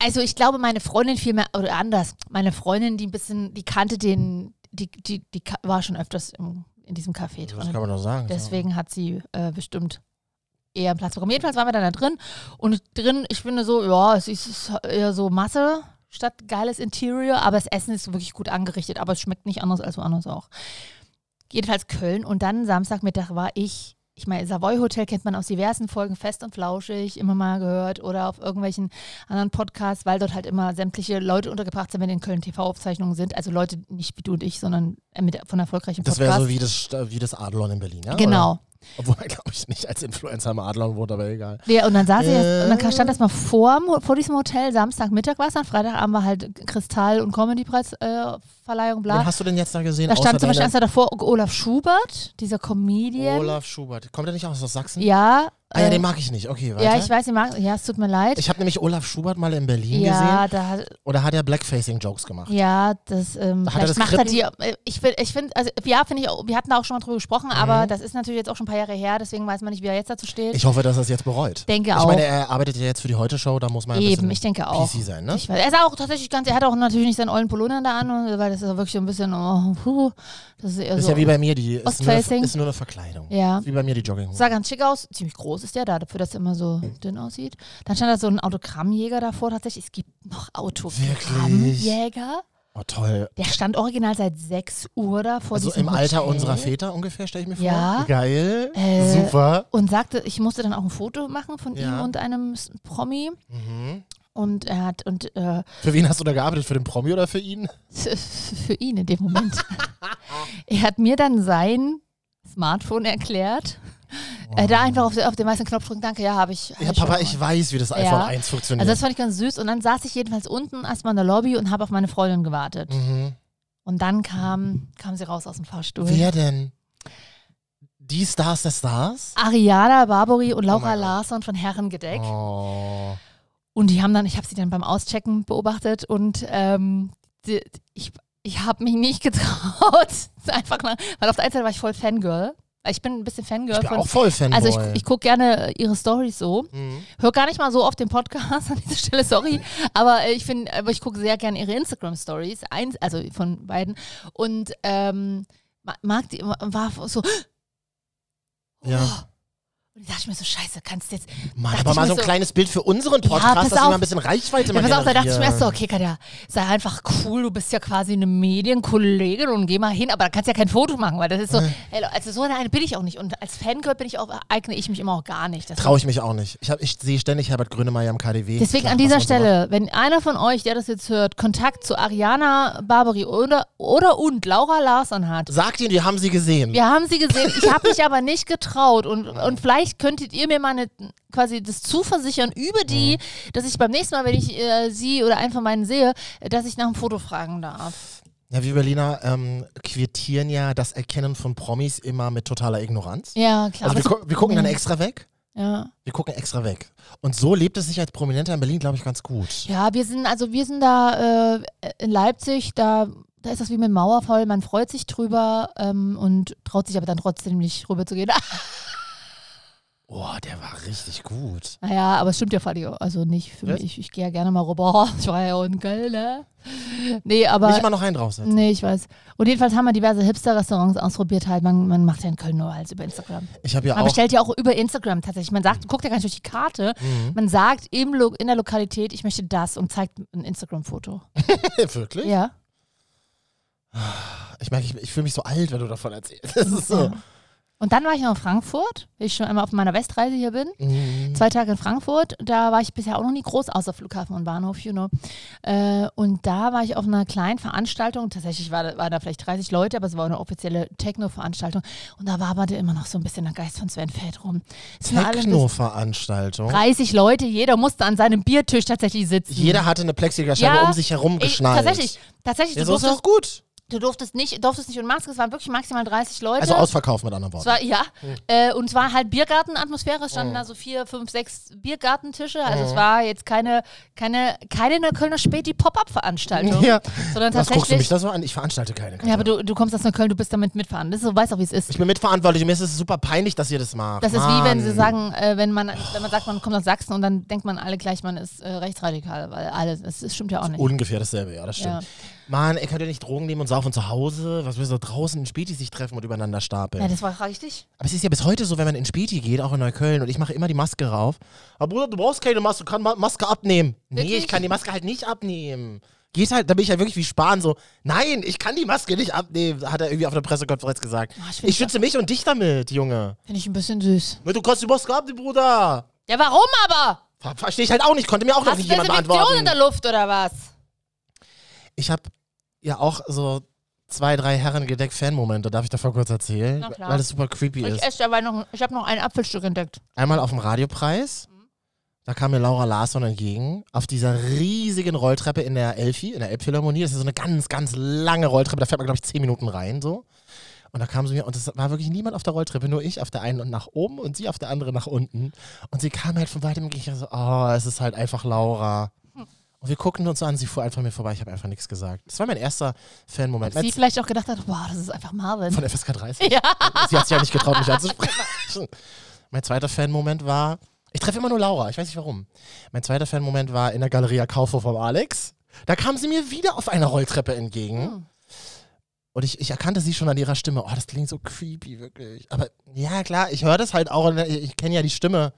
S2: Also ich glaube, meine Freundin vielmehr, oder anders, meine Freundin, die ein bisschen, die kannte den, die, die, die ka- war schon öfters im, in diesem Café
S1: Also, Das
S2: drin.
S1: kann man doch sagen.
S2: Deswegen hat sie äh, bestimmt eher einen Platz bekommen. Jedenfalls waren wir dann da drin und drin, ich finde so, ja, es ist eher so Masse statt geiles Interior, aber das Essen ist wirklich gut angerichtet, aber es schmeckt nicht anders als woanders auch. Jedenfalls Köln und dann Samstagmittag war ich, ich meine, Savoy Hotel kennt man aus diversen Folgen fest und flauschig, immer mal gehört oder auf irgendwelchen anderen Podcasts, weil dort halt immer sämtliche Leute untergebracht sind, wenn in Köln TV-Aufzeichnungen sind. Also Leute nicht wie du und ich, sondern äh, mit, von erfolgreichen
S1: Das
S2: Podcasts.
S1: wäre so wie das, Sta- wie das Adlon in Berlin, ja?
S2: Genau.
S1: Oder? Obwohl er, glaube ich, nicht als Influencer im Adlon wurde, aber egal.
S2: Ja, und dann saß ich,
S1: Äh.
S2: erst, und dann stand das mal vor, vor diesem Hotel, Samstagmittag war es dann, Freitagabend war halt Kristall- und Comedy-Preis-Verleihung,
S1: Wen
S2: bla.
S1: hast du denn jetzt da gesehen?
S2: Da stand
S1: außer
S2: zum Beispiel
S1: deiner-
S2: eins davor Olaf Schubert, dieser Comedian.
S1: Olaf Schubert. Kommt er nicht aus aus Sachsen?
S2: Ja.
S1: Ah ja,
S2: äh,
S1: den mag ich nicht. Okay, weiter.
S2: ja, ich weiß, ich mag, ja, es tut mir leid.
S1: Ich habe nämlich Olaf Schubert mal in Berlin
S2: ja,
S1: gesehen
S2: da hat,
S1: und da hat er Blackfacing-Jokes gemacht.
S2: ja, das, ähm,
S1: Hat er
S2: vielleicht
S1: das
S2: macht er die, äh, ich finde, ich find, also, ja, finde ich, auch- wir hatten da auch schon mal drüber gesprochen, aber das ist natürlich jetzt auch schon ein paar Jahre her, deswegen weiß man nicht, wie er jetzt dazu steht.
S1: Mhm. Ich hoffe, dass er es jetzt bereut.
S2: Denke
S1: ich
S2: auch.
S1: meine, er arbeitet ja jetzt für die Heute-Show, da muss man ja ein
S2: Eben,
S1: bisschen
S2: ich denke auch.
S1: PC sein, ne?
S2: Ich weiß, er sah auch tatsächlich ganz, er hat auch natürlich nicht seinen ollen Pullover da an, und- weil das ist ja wirklich so ein bisschen, oh, puh, das ist eher
S1: Das ist
S2: so.
S1: ja wie bei mir, die ist nur,
S2: Ostfacing.
S1: eine, ist nur eine Verkleidung.
S2: Ja.
S1: Ist Wie bei mir die Jogginghose.
S2: sah ganz schick aus, ziemlich groß ist der da, dafür, dass er immer so dünn aussieht. Dann stand da so ein Autogrammjäger davor tatsächlich. Es gibt noch Autogrammjäger.
S1: Oh toll.
S2: Der stand original seit 6 Uhr da vor
S1: Also
S2: diesem
S1: im Alter
S2: Hotel
S1: unserer Väter ungefähr, stelle ich mir vor.
S2: Ja.
S1: Geil.
S2: Äh,
S1: Super.
S2: Und sagte, ich musste dann auch ein Foto machen von
S1: Ja.
S2: ihm und einem S- Promi.
S1: Mhm.
S2: Und er hat, und äh,
S1: Für wen hast du da gearbeitet? Für den Promi oder für ihn?
S2: für ihn in dem Moment. er hat mir dann sein Smartphone erklärt. Äh, da einfach auf, auf den weißen Knopf drücken, danke, ja, habe ich. hab
S1: Ja,
S2: schon
S1: Papa,
S2: gemacht.
S1: ich weiß, wie das iPhone
S2: Ja.
S1: 1 funktioniert.
S2: Also das fand ich ganz süß. Und dann saß ich jedenfalls unten erstmal in der Lobby und habe auf meine Freundin gewartet.
S1: mhm.
S2: Und dann kam, kam sie raus aus dem Fahrstuhl.
S1: Wer denn? Die Stars der Stars?
S2: Ariana Barbori und Laura
S1: Oh mein Gott.
S2: Larsson von Herrengedeck.
S1: Oh.
S2: Und die haben dann, ich habe sie dann beim Auschecken beobachtet und ähm, die, ich, ich habe mich nicht getraut. Einfach mal, weil auf der einen Seite war ich voll Fangirl. Weil Ich bin ein bisschen Fangirl
S1: Ich bin
S2: von.
S1: auch voll Fanboy.
S2: also ich, ich gucke gerne ihre Stories so.
S1: mhm.
S2: Hör gar nicht mal so oft den Podcast an dieser Stelle, sorry. Aber äh, ich finde, aber ich gucke sehr gerne ihre Instagram-Stories, eins, also von beiden. Und ähm, ma- mag die war so,
S1: ja.
S2: und ich dachte mir so, scheiße, kannst du jetzt.
S1: Mann,
S2: dachte
S1: aber
S2: ich
S1: mal
S2: mir
S1: so ein
S2: so-
S1: kleines Bild für unseren
S2: Ja,
S1: Podcast,
S2: pass
S1: dass wir
S2: auf.
S1: mal ein bisschen Reichweite
S2: Ja,
S1: mal
S2: pass auf, da dachte ich mir erst so,
S1: generieren.
S2: okay, Katja, sei einfach cool, du bist ja quasi eine Medienkollegin und geh mal hin, aber da kannst du ja kein Foto machen, weil das ist so, ey, also so eine bin ich auch nicht. Und als Fangirl bin ich auch, eigne ich mich immer auch gar nicht. Das
S1: Traue ich mich auch nicht. Ich, hab- ich sehe ständig Herbert Grönemeyer im KDW.
S2: Deswegen
S1: Klar,
S2: an
S1: was
S2: dieser
S1: man so macht.
S2: Stelle, wenn einer von euch, der das jetzt hört, Kontakt zu Ariana Barbary oder, oder und Laura Larsson hat,
S1: Sagt ihnen, wir haben sie gesehen.
S2: wir haben sie gesehen, ich habe mich aber nicht getraut und, und vielleicht könntet ihr mir mal eine, quasi das zuversichern über die,
S1: Mhm.
S2: dass ich beim nächsten Mal, wenn ich äh, sie oder einen von meinen sehe, dass ich nach dem Foto fragen darf.
S1: Ja, wir Berliner ähm, quittieren ja das Erkennen von Promis immer mit totaler Ignoranz.
S2: Ja, klar.
S1: Also
S2: Mhm.
S1: wir,
S2: aber
S1: gu wir gucken dann extra weg.
S2: so- ja.
S1: Wir gucken extra weg. Und so lebt es sich als Prominenter in Berlin, glaube ich, ganz gut.
S2: ja, wir sind, also wir sind da äh, in Leipzig, da, da ist das wie mit dem Mauerfall, man freut sich drüber ähm, und traut sich aber dann trotzdem nicht rüber zu gehen.
S1: Oh, der war richtig gut.
S2: Naja, aber es stimmt ja Fadi, also nicht für
S1: Was?
S2: mich. Ich, ich gehe ja gerne mal rüber. Ich war ja in Köln, ne? Nee, aber. Mhm.
S1: Nicht mal noch einen draufsetzen.
S2: Nee, ich weiß. Und jedenfalls haben wir diverse Hipster-Restaurants ausprobiert halt. Man, man macht ja in Köln nur alles über Instagram.
S1: Ich habe ja
S2: Man
S1: auch.
S2: bestellt ja auch über Instagram tatsächlich. Man sagt, guckt ja gar nicht durch die Karte.
S1: Mhm.
S2: Man sagt im Lo in der Lokalität, ich möchte das und zeigt ein Instagram-Foto.
S1: Wirklich?
S2: Ja.
S1: Ich merke, ich, ich fühle mich so alt, wenn du davon erzählst. Das ist so.
S2: Und dann war ich noch in Frankfurt, weil ich schon einmal auf meiner Westreise hier bin.
S1: Mhm.
S2: Zwei Tage in Frankfurt, da war ich bisher auch noch nie groß, außer Flughafen und Bahnhof, you know. Äh, und da war ich auf einer kleinen Veranstaltung, tatsächlich war, da- waren da vielleicht 30 Leute, aber es war eine offizielle Techno-Veranstaltung. Und da waberte immer noch so ein bisschen der Geist von Sven Feld rum. Es waren alle bis
S1: Techno-Veranstaltung.
S2: 30 Leute, jeder musste an seinem Biertisch tatsächlich sitzen.
S1: Jeder hatte eine Plexiglasscheibe
S2: Mhm. Ja,
S1: um sich herum
S2: Ey,
S1: geschnallt.
S2: Tatsächlich, tatsächlich.
S1: Ja,
S2: du
S1: so ist
S2: durftest-
S1: auch gut.
S2: Du durftest nicht, durftest nicht und Maske, es waren wirklich maximal 30 Leute.
S1: Also Ausverkauf mit anderen
S2: Es
S1: Worten.
S2: war, ja,
S1: Hm.
S2: äh, und es war halt Biergartenatmosphäre, es
S1: Oh.
S2: standen da so vier, fünf, sechs Biergartentische. Also
S1: Mhm.
S2: es war jetzt keine, keine, keine in der Kölner Späti Pop-Up-Veranstaltung,
S1: Ja.
S2: sondern
S1: Was guckst du mich
S2: tatsächlich.
S1: da so an? Ich veranstalte keine.
S2: Ja, aber du, du kommst aus Köln, du bist damit mitfahren. Das ist so, weißt auch, wie es ist.
S1: ich bin mitverantwortlich. Mir ist es super peinlich, dass ihr das macht.
S2: Das ist wie
S1: Mann.
S2: wenn sie sagen, äh, wenn man, wenn man sagt, man kommt aus Sachsen und dann denkt man alle gleich, man ist äh, rechtsradikal, weil alles, das, das stimmt ja auch nicht.
S1: Ungefähr dasselbe, ja, das stimmt.
S2: Ja.
S1: Mann, ihr könnt ja nicht Drogen nehmen und saufen zu Hause. Was willst du draußen in Späti sich treffen und übereinander stapeln?
S2: Ja, das war richtig.
S1: Aber es ist ja bis heute so, wenn man in Späti geht, auch in Neukölln, und ich mache immer die Maske rauf. Aber Bruder, du brauchst keine Maske, du kannst Ma- Maske abnehmen. Nee,
S2: Wirklich?
S1: ich kann die Maske halt nicht abnehmen. Geht halt, da bin ich halt wirklich wie Spahn so, nein, ich kann die Maske nicht abnehmen, hat er irgendwie auf der Pressekonferenz gesagt.
S2: Ah, ich
S1: ich
S2: find's-
S1: schütze mich und dich damit, Junge.
S2: Finde ich ein bisschen süß.
S1: Du kannst die Maske abnehmen, Bruder.
S2: Ja, warum aber?
S1: Ver Verstehe ich halt auch nicht, konnte mir auch noch
S2: Hast du
S1: nicht jemand
S2: Desinfektion
S1: beantworten.
S2: in der Luft oder was?
S1: Ich habe ja auch so zwei, drei Herren gedeckt Fanmomente, darf ich davon kurz erzählen?
S2: Na klar.
S1: Weil das super creepy ist.
S2: Ich esse dabei noch, ich habe noch ein Apfelstück entdeckt.
S1: einmal auf dem Radiopreis.
S2: Mhm.
S1: Da kam mir Laura Larsson entgegen, auf dieser riesigen Rolltreppe in der Elfi, in der Elbphilharmonie. Das ist so eine ganz, ganz lange Rolltreppe, da fährt man, glaube ich, zehn Minuten rein, so. Und da kam sie mir, und es war wirklich niemand auf der Rolltreppe, nur ich auf der einen und nach oben und sie auf der anderen nach unten. Und sie kam halt von weitem und ich so, oh, es ist halt einfach Laura.
S2: Hm.
S1: Und wir guckten uns so an, sie fuhr einfach mir vorbei, ich habe einfach nichts gesagt. Das war mein erster Fan-Moment.
S2: Sie
S1: Letz-
S2: vielleicht auch gedacht hat, wow, das ist einfach Marvin.
S1: Von FSK 30.
S2: Ja,
S1: Sie hat sich ja nicht getraut, mich anzusprechen. Mein zweiter Fan-Moment war, ich treffe immer nur Laura, ich weiß nicht warum. Mein zweiter Fan-Moment war in der Galeria Kaufhof vom Alex. Da kam sie mir wieder auf einer Rolltreppe entgegen. Und ich, ich erkannte sie schon an ihrer Stimme. Oh, das klingt so creepy, wirklich. Aber ja, klar, ich höre das halt auch. und Ich kenne ja die Stimme.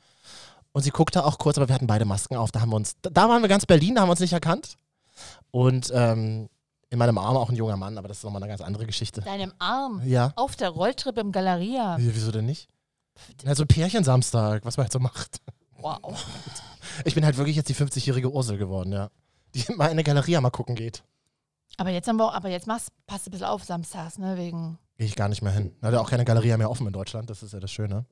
S1: Und sie guckte auch kurz, aber wir hatten beide Masken auf. Da haben wir uns, da waren wir ganz Berlin, da haben wir uns nicht erkannt. Und ähm, in meinem Arm auch ein junger Mann, aber das ist nochmal eine ganz andere Geschichte.
S2: deinem Arm.
S1: Ja.
S2: Auf der Rolltreppe im Galeria.
S1: Wie- Wieso denn nicht? Na, so ein Pärchensamstag, was man halt so macht.
S2: Wow.
S1: Ich bin halt wirklich jetzt die 50-jährige Ursel geworden, ja. Die mal in eine Galerie mal gucken geht.
S2: Aber jetzt haben wir auch, aber jetzt machst, passt ein bisschen auf samstags, ne, wegen.
S1: Gehe ich gar nicht mehr hin. Da hat ja auch keine Galerie mehr offen in Deutschland, das ist ja das Schöne.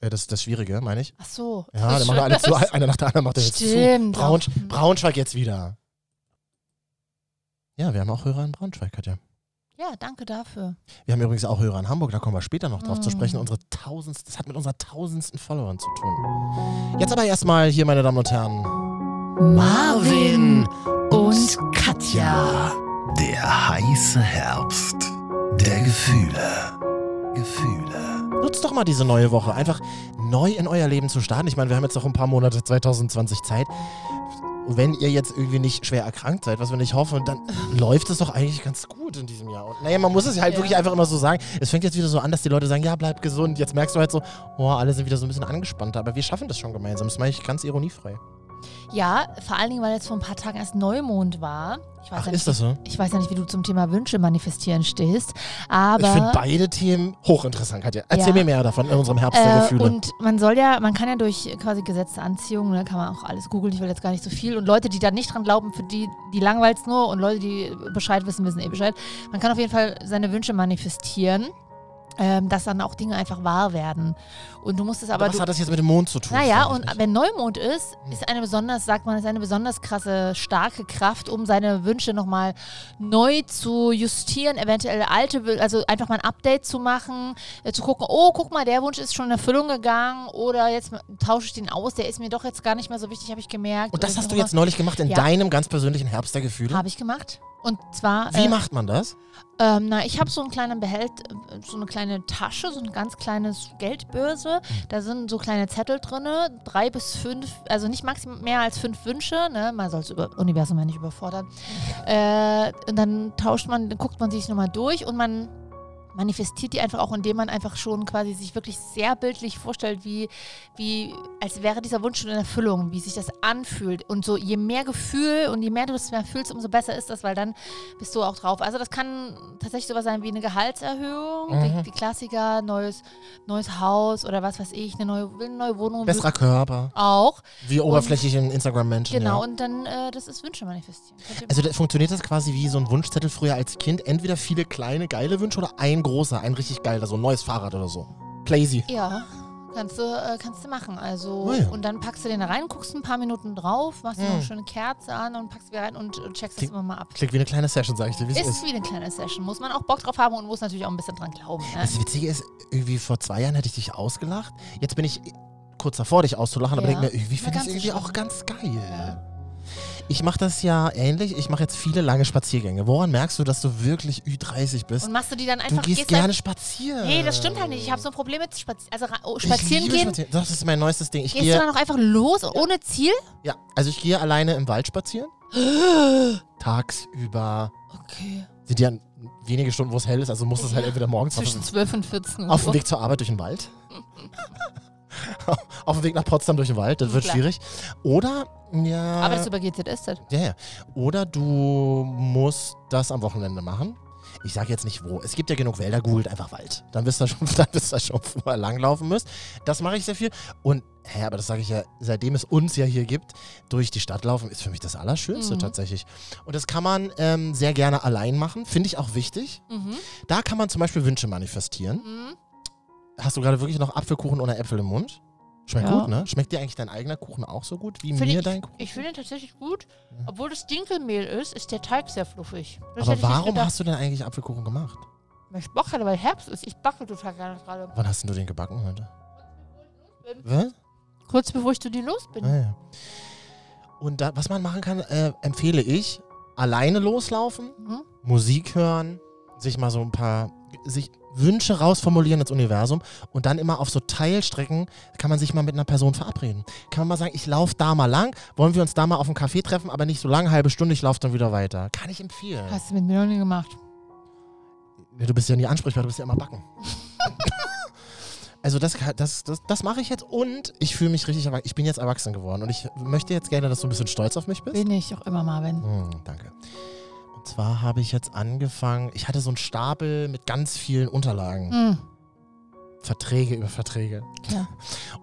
S1: Äh, das das Schwierige, meine ich.
S2: Ach so.
S1: Ja,
S2: das
S1: dann macht er alle
S2: stimmt.
S1: zu, einer nach der anderen macht er jetzt
S2: Stimmt,
S1: zu. Braunsch
S2: auch.
S1: Braunschweig jetzt wieder. Ja, wir haben auch Hörer in Braunschweig, Katja.
S2: Ja, danke dafür.
S1: Wir haben übrigens auch Hörer in Hamburg, da kommen wir später noch drauf zu
S2: Mm.
S1: sprechen. Unsere tausendst, das hat mit unserer tausendsten Followern zu tun. Jetzt aber erstmal hier, meine Damen und Herren,
S5: Marvin und Katja.
S7: Der heiße Herbst der Gefühle. Gefühle.
S1: Nutzt doch mal diese neue Woche, einfach neu in euer Leben zu starten. Ich meine, wir haben jetzt noch ein paar Monate 2020 Zeit. Und wenn ihr jetzt irgendwie nicht schwer erkrankt seid, was wir nicht hoffen, dann läuft es doch eigentlich ganz gut in diesem Jahr. Und naja, man muss es halt
S2: Ja.
S1: wirklich einfach immer so sagen. Es fängt jetzt wieder so an, dass die Leute sagen, ja, bleib gesund. Jetzt merkst du halt so, oh, alle sind wieder so ein bisschen angespannter. Aber wir schaffen das schon gemeinsam. Das mache ich ganz ironiefrei.
S2: Ja, vor allen Dingen, weil jetzt vor ein paar Tagen erst Neumond war. Ich weiß,
S1: Ach, ist
S2: ja, nicht,
S1: das so?
S2: ich weiß ja nicht, wie du zum Thema Wünsche manifestieren stehst.
S1: ich finde
S2: Aber.
S1: beide Themen hochinteressant, Katja. Erzähl
S2: Ja.
S1: mir mehr davon in unserem Herbst der
S2: Äh,
S1: Gefühle.
S2: und man soll ja, man kann ja durch quasi Gesetze Anziehung, da kann man auch alles googeln, ich will jetzt gar nicht so viel. Und Leute, die da nicht dran glauben, für die, die langweilt es nur und Leute, die Bescheid wissen, wissen eh Bescheid. Man kann auf jeden Fall seine Wünsche manifestieren, ähm, dass dann auch Dinge einfach wahr werden. Und du musst es aber.
S1: was
S2: du,
S1: hat das jetzt mit dem Mond zu tun?
S2: naja,
S1: Frag ich
S2: und
S1: mich. Hm.
S2: wenn Neumond ist, ist eine besonders, sagt man, ist eine besonders krasse, starke Kraft, um seine Wünsche nochmal neu zu justieren, eventuell alte, Wü- also einfach mal ein Update zu machen, äh, zu gucken, oh, guck mal, der Wunsch ist schon in Erfüllung gegangen oder jetzt ma- tausche ich den aus, der ist mir doch jetzt gar nicht mehr so wichtig, habe ich gemerkt.
S1: Und das hast du
S2: Oder-
S1: jetzt neulich gemacht in
S2: Ja.
S1: deinem ganz persönlichen Herbst der Gefühle?
S2: Habe ich gemacht. Und zwar.
S1: Wie
S2: äh,
S1: macht man das?
S2: Ähm, na, ich habe so einen kleinen Behält, äh, so eine kleine Tasche, so ein ganz kleines Geldbörse. Da sind so kleine Zettel drin, drei bis fünf, also nicht maximal mehr als fünf Wünsche. Ne? Man soll das über Universum ja nicht überfordern. Äh, und dann tauscht man, dann guckt man sich nochmal durch und man manifestiert die einfach auch, indem man einfach schon quasi sich wirklich sehr bildlich vorstellt, wie, wie als wäre dieser Wunsch schon in Erfüllung, wie sich das anfühlt. Und so je mehr Gefühl und je mehr du es mehr fühlst, umso besser ist das, weil dann bist du auch drauf. Also das kann tatsächlich sowas sein wie eine Gehaltserhöhung,
S1: Mhm.
S2: die, die Klassiker, neues, neues Haus oder was weiß ich, eine neue, will eine neue Wohnung.
S1: Besserer Körper,
S2: auch.
S1: wie oberflächlich ein Instagram-Menschen.
S2: Genau,
S1: Ja.
S2: und dann, äh, das ist Wünsche manifestieren. Könnt ihr-
S1: Also da funktioniert das quasi wie so ein Wunschzettel früher als Kind. Entweder viele kleine, geile Wünsche oder ein großer, ein richtig geiler, so ein neues Fahrrad oder so. Crazy.
S2: ja, Kannst du, äh, kannst du machen. Also,
S1: Oh ja.
S2: und dann packst du den da rein, guckst ein paar Minuten drauf, machst dir noch
S1: Mhm.
S2: eine schöne Kerze an und packst wieder rein und äh, checkst das
S1: Klingt-
S2: immer mal ab.
S1: Klingt wie eine kleine Session, sag ich dir, wie es
S2: Ist,
S1: ist.
S2: wie eine kleine Session. Muss man auch Bock drauf haben und muss natürlich auch ein bisschen dran glauben. Ne?
S1: Das Witzige ist, irgendwie vor zwei Jahren hätte ich dich ausgelacht. Jetzt bin ich kurz davor, dich auszulachen, aber
S2: Ja.
S1: denke mir, irgendwie
S2: Na,
S1: finde ich
S2: ganz
S1: es irgendwie
S2: schön.
S1: auch ganz geil. Ich mache das ja ähnlich. Ich mache jetzt viele lange Spaziergänge. Woran merkst du, dass du wirklich Ü30 bist?
S2: Und machst du die dann
S1: Du
S2: einfach.
S1: gehst
S2: dann-
S1: gerne spazieren.
S2: Hey, das stimmt halt nicht. Ich habe so ein Problem mit Spazieren. Also ra- oh,
S1: Ich
S2: spazieren
S1: liebe
S2: gehen.
S1: Spazieren. Das ist mein neuestes Ding. Ich
S2: Gehst du
S1: gehe,
S2: dann auch einfach los ohne Ziel?
S1: ja, also ich gehe alleine im Wald spazieren. Tagsüber
S2: Okay.
S1: sind ja wenige Stunden, wo es hell ist, also muss es halt entweder morgens auf-
S2: Zwischen 12 und 14 Uhr.
S1: Auf dem Weg zur Arbeit durch den Wald. Auf dem Weg nach Potsdam durch den Wald, das wird
S2: Klar.
S1: schwierig. Oder, ja,
S2: Aber das über GZS. das.
S1: ja, ja. Oder du musst das am Wochenende machen. Ich sage jetzt nicht wo. Es gibt ja genug Wälder, googelt einfach Wald. Dann wisst ihr schon, dann wisst ihr schon, wo ihr langlaufen müsst. Das mache ich sehr viel. Und, hä, aber das sage ich ja, seitdem es uns ja hier gibt, durch die Stadt laufen ist für mich das Allerschönste
S2: Mhm.
S1: tatsächlich. Und das kann man ähm, sehr gerne allein machen. Finde ich auch wichtig.
S2: Mhm.
S1: Da kann man zum Beispiel Wünsche manifestieren.
S2: Mhm.
S1: Hast du gerade wirklich noch Apfelkuchen ohne Äpfel im Mund? Schmeckt
S2: Ja.
S1: gut, ne? Schmeckt dir eigentlich dein eigener Kuchen auch so gut wie
S2: Finde
S1: mir
S2: ich-
S1: dein Kuchen?
S2: Ich finde ihn tatsächlich gut. Obwohl das Dinkelmehl ist, ist der Teig sehr fluffig. Das
S1: Aber
S2: hätte ich nicht
S1: warum
S2: gedacht.
S1: hast du denn eigentlich Apfelkuchen gemacht?
S2: Weil Ich Bock hatte, weil Herbst ist. Ich backe total gerne gerade.
S1: Wann hast denn du den gebacken heute? Was?
S2: Kurz bevor ich zu dir los bin.
S1: Ah, ja. Und da, was man machen kann, äh, empfehle ich, alleine loslaufen,
S2: Mhm.
S1: Musik hören, sich mal so ein paar sich Wünsche rausformulieren ins Universum und dann immer auf so Teilstrecken kann man sich mal mit einer Person verabreden. Kann man mal sagen, ich laufe da mal lang, wollen wir uns da mal auf dem Café treffen, aber nicht so lange, halbe Stunde, ich laufe dann wieder weiter. Kann ich empfehlen.
S2: Hast du mit mir noch nie gemacht.
S1: Ja, Du bist ja nie ansprechbar, du bist ja immer backen. also das, kann- das, das, das mache ich jetzt und ich fühle mich richtig erwachsen. Ich bin jetzt erwachsen geworden und ich möchte jetzt gerne, dass du ein bisschen stolz auf mich bist.
S2: Bin ich auch immer, Marvin.
S1: Hm, danke. Und zwar habe ich jetzt angefangen, ich hatte so einen Stapel mit ganz vielen Unterlagen.
S2: Mhm.
S1: Verträge über Verträge.
S2: Klar.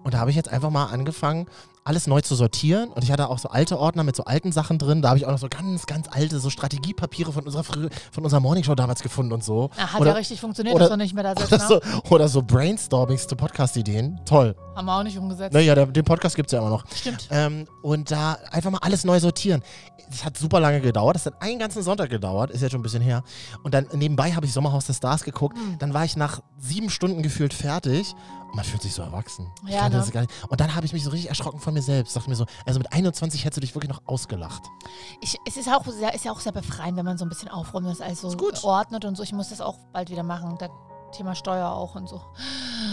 S1: Und da habe ich jetzt einfach mal angefangen, alles neu zu sortieren. Und ich hatte auch so alte Ordner mit so alten Sachen drin. Da habe ich auch noch so ganz, ganz alte so Strategiepapiere von unserer, frü- von unserer Morningshow damals gefunden und so.
S2: Ah, hat
S1: Oder-
S2: ja richtig funktioniert,
S1: oder-
S2: dass wir nicht mehr da sitzen.
S1: Oder
S2: ne?
S1: so, oder so Brainstormings zu Podcast-Ideen. Toll.
S2: Haben wir auch nicht umgesetzt.
S1: Naja, der, den Podcast gibt es ja immer noch.
S2: Stimmt.
S1: Ähm, und da einfach mal alles neu sortieren. Das hat super lange gedauert. Das hat einen ganzen Sonntag gedauert. Ist jetzt schon ein bisschen her. Und dann nebenbei habe ich Sommerhaus der Stars geguckt. Dann war ich nach sieben Stunden gefühlt fertig. Und man fühlt sich so erwachsen. Ich
S2: Ja,
S1: kann
S2: ne?
S1: das gar nicht. Und dann habe ich mich so richtig erschrocken von mir selbst. Dachte mir so, also mit 21 hättest du dich wirklich noch ausgelacht.
S2: Ich, es ist, auch sehr, ist ja auch sehr befreiend, wenn man so ein bisschen aufräumt und das alles so
S1: Ist gut.
S2: ordnet und so. Ich muss das auch bald wieder machen. Das Thema Steuer auch und so.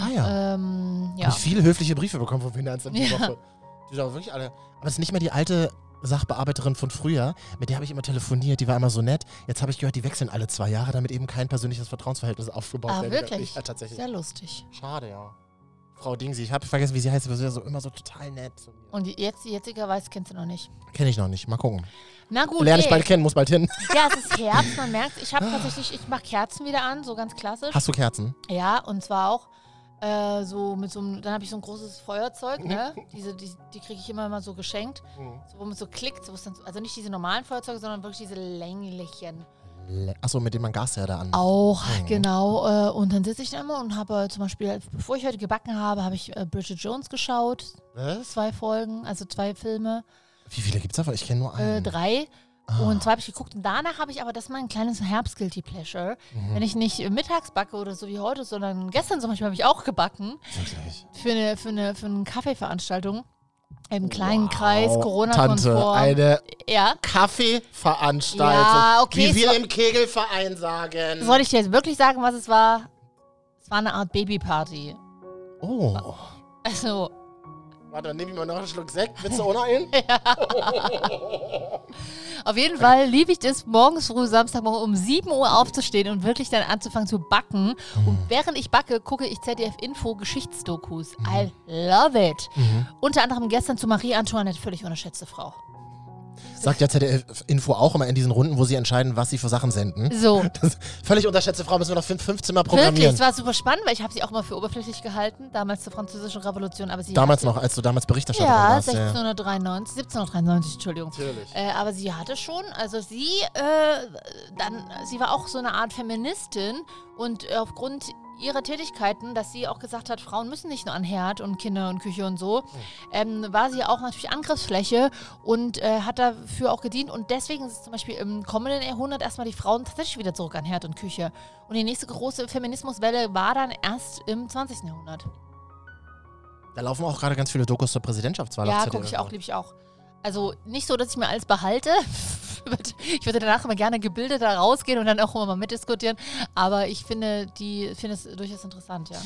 S1: Ah ja.
S2: Ähm,
S1: Hab
S2: ja.
S1: ich viele höfliche Briefe bekommen vom Finanzamt die
S2: Ja.
S1: Woche. Die sind auch wirklich alle. Aber es ist nicht mehr die alte Sachbearbeiterin von früher, mit der habe ich immer telefoniert, die war immer so nett. Jetzt habe ich gehört, die wechseln alle zwei Jahre, damit eben kein persönliches Vertrauensverhältnis aufgebaut
S2: Ah,
S1: werden kann.
S2: wirklich?
S1: Ja, tatsächlich.
S2: Sehr lustig.
S1: Schade, ja. Frau Dingsi, ich habe vergessen, wie sie heißt, aber sie ist so immer so total nett zu mir.
S2: Und die- jetzt, die jetzige weiß, kennst du noch nicht.
S1: Kenne ich noch nicht, mal gucken.
S2: Na gut,
S1: Lerne ich
S2: nee.
S1: bald kennen, muss bald hin.
S2: ja, es ist Herbst, man merkt Ich habe tatsächlich, ich mache Kerzen wieder an, so ganz klassisch.
S1: Hast du Kerzen?
S2: Ja, und zwar auch äh, so mit so einem, dann habe ich so ein großes Feuerzeug, ne? Diese, die, die kriege ich immer mal so geschenkt, so, wo man so klickt, so, wo es dann so, also nicht diese normalen Feuerzeuge, sondern wirklich diese länglichen.
S1: Le- Achso, mit dem man Gasherde an.
S2: Auch,
S1: Mhm.
S2: genau. Äh, und dann sitze ich da immer und habe äh, zum Beispiel, bevor ich heute gebacken habe, habe ich äh, Bridget Jones geschaut,
S1: Was?
S2: zwei Folgen, also zwei Filme,
S1: Wie viele gibt's davon? Ich kenne nur
S2: äh,
S1: einen.
S2: drei. Und zwei habe ich geguckt und danach habe ich aber, das ist mein kleines Herbst-Guilty Pleasure. Wenn ich nicht äh, mittags backe oder so wie heute, sondern gestern zum Beispiel habe ich auch gebacken.
S1: Wirklich.
S2: für eine, für eine, für eine Kaffeeveranstaltung im kleinen Kreis,
S1: Wow, Tante,
S2: Corona-konform.
S1: eine
S2: Ja.
S1: Kaffeeveranstaltung.
S2: Ja, okay,
S1: Wie
S2: es
S1: wir
S2: war-
S1: im Kegelverein sagen.
S2: Soll ich dir jetzt wirklich sagen, was es war? Es war eine Art Babyparty.
S1: Oh.
S2: Also,
S1: Warte, dann nehme ich mal noch einen Schluck Sekt. Willst du auch noch einen?
S2: auf jeden Fall liebe ich es, morgens früh, Samstagmorgen um 7 Uhr aufzustehen und wirklich dann anzufangen zu backen.
S1: Mhm.
S2: Und während ich backe, gucke ich ZDF-Info Geschichtsdokus.
S1: Mhm.
S2: I love it. Unter anderem gestern zu Marie Antoinette, völlig unterschätzte Frau.
S1: Sagt ja ZDF-Info auch immer in diesen Runden, wo sie entscheiden, was sie für Sachen senden.
S2: So,
S1: Das, völlig unterschätzte Frau, müssen wir noch fünf, fünf Zimmer
S2: wirklich,
S1: programmieren.
S2: es war super spannend, weil ich habe sie auch mal für oberflächlich gehalten, damals zur französischen Revolution. Aber sie
S1: damals
S2: hatte-
S1: noch, als du damals Berichterstatterin
S2: Ja,
S1: warst.
S2: 1693, 1793, Entschuldigung.
S1: Natürlich.
S2: Äh, aber sie hatte schon, also sie, äh, dann, sie war auch so eine Art Feministin und aufgrund ihrer Tätigkeiten, dass sie auch gesagt hat, Frauen müssen nicht nur an Herd und Kinder und Küche und so, ähm, war sie auch natürlich Angriffsfläche und äh, hat dafür auch gedient. Und deswegen ist zum Beispiel im kommenden Jahrhundert erstmal die Frauen tatsächlich wieder zurück an Herd und Küche. Und die nächste große Feminismuswelle war dann erst im 20. Jahrhundert.
S1: Da laufen auch gerade ganz viele Dokus zur Präsidentschaftswahl.
S2: Ja,
S1: auf ZDF.
S2: gucke ich auch, liebe ich auch. Also nicht so, dass ich mir alles behalte. Ich würde danach immer gerne gebildeter rausgehen und dann auch immer mal mitdiskutieren. Aber ich finde, die finde es durchaus interessant, ja.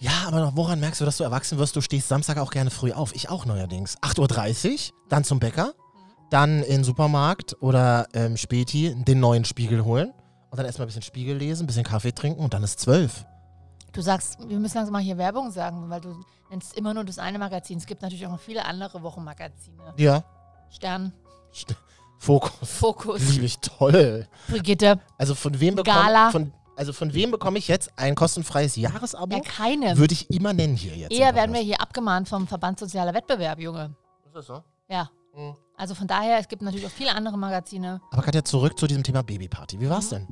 S1: Ja, aber woran merkst du, dass du erwachsen wirst? Du stehst Samstag auch gerne früh auf. Ich auch neuerdings. 8.30 Uhr, dann zum Bäcker, dann in den Supermarkt oder ähm, Späti den neuen Spiegel holen und dann erstmal ein bisschen Spiegel lesen, ein bisschen Kaffee trinken und dann ist 12.
S2: Du sagst, wir müssen langsam mal hier Werbung sagen, weil du nennst immer nur das eine Magazin. Es gibt natürlich auch noch viele andere Wochenmagazine.
S1: Ja.
S2: Stern,
S1: St- Fokus.
S2: Fokus,
S1: Liebe ich toll.
S2: Brigitte.
S1: Also von wem bekomme
S2: Gala.
S1: von, also von wem bekomme ich jetzt ein kostenfreies Jahresabo?
S2: Ja, keine.
S1: Würde ich immer nennen hier jetzt.
S2: Eher werden wir hier abgemahnt vom Verband Sozialer Wettbewerb, Junge.
S1: Ist das so?
S2: Ja.
S1: Mhm.
S2: Also von daher, es gibt natürlich auch viele andere Magazine.
S1: Aber Katja, zurück zu diesem Thema Babyparty. Wie
S2: Mhm.
S1: war's denn?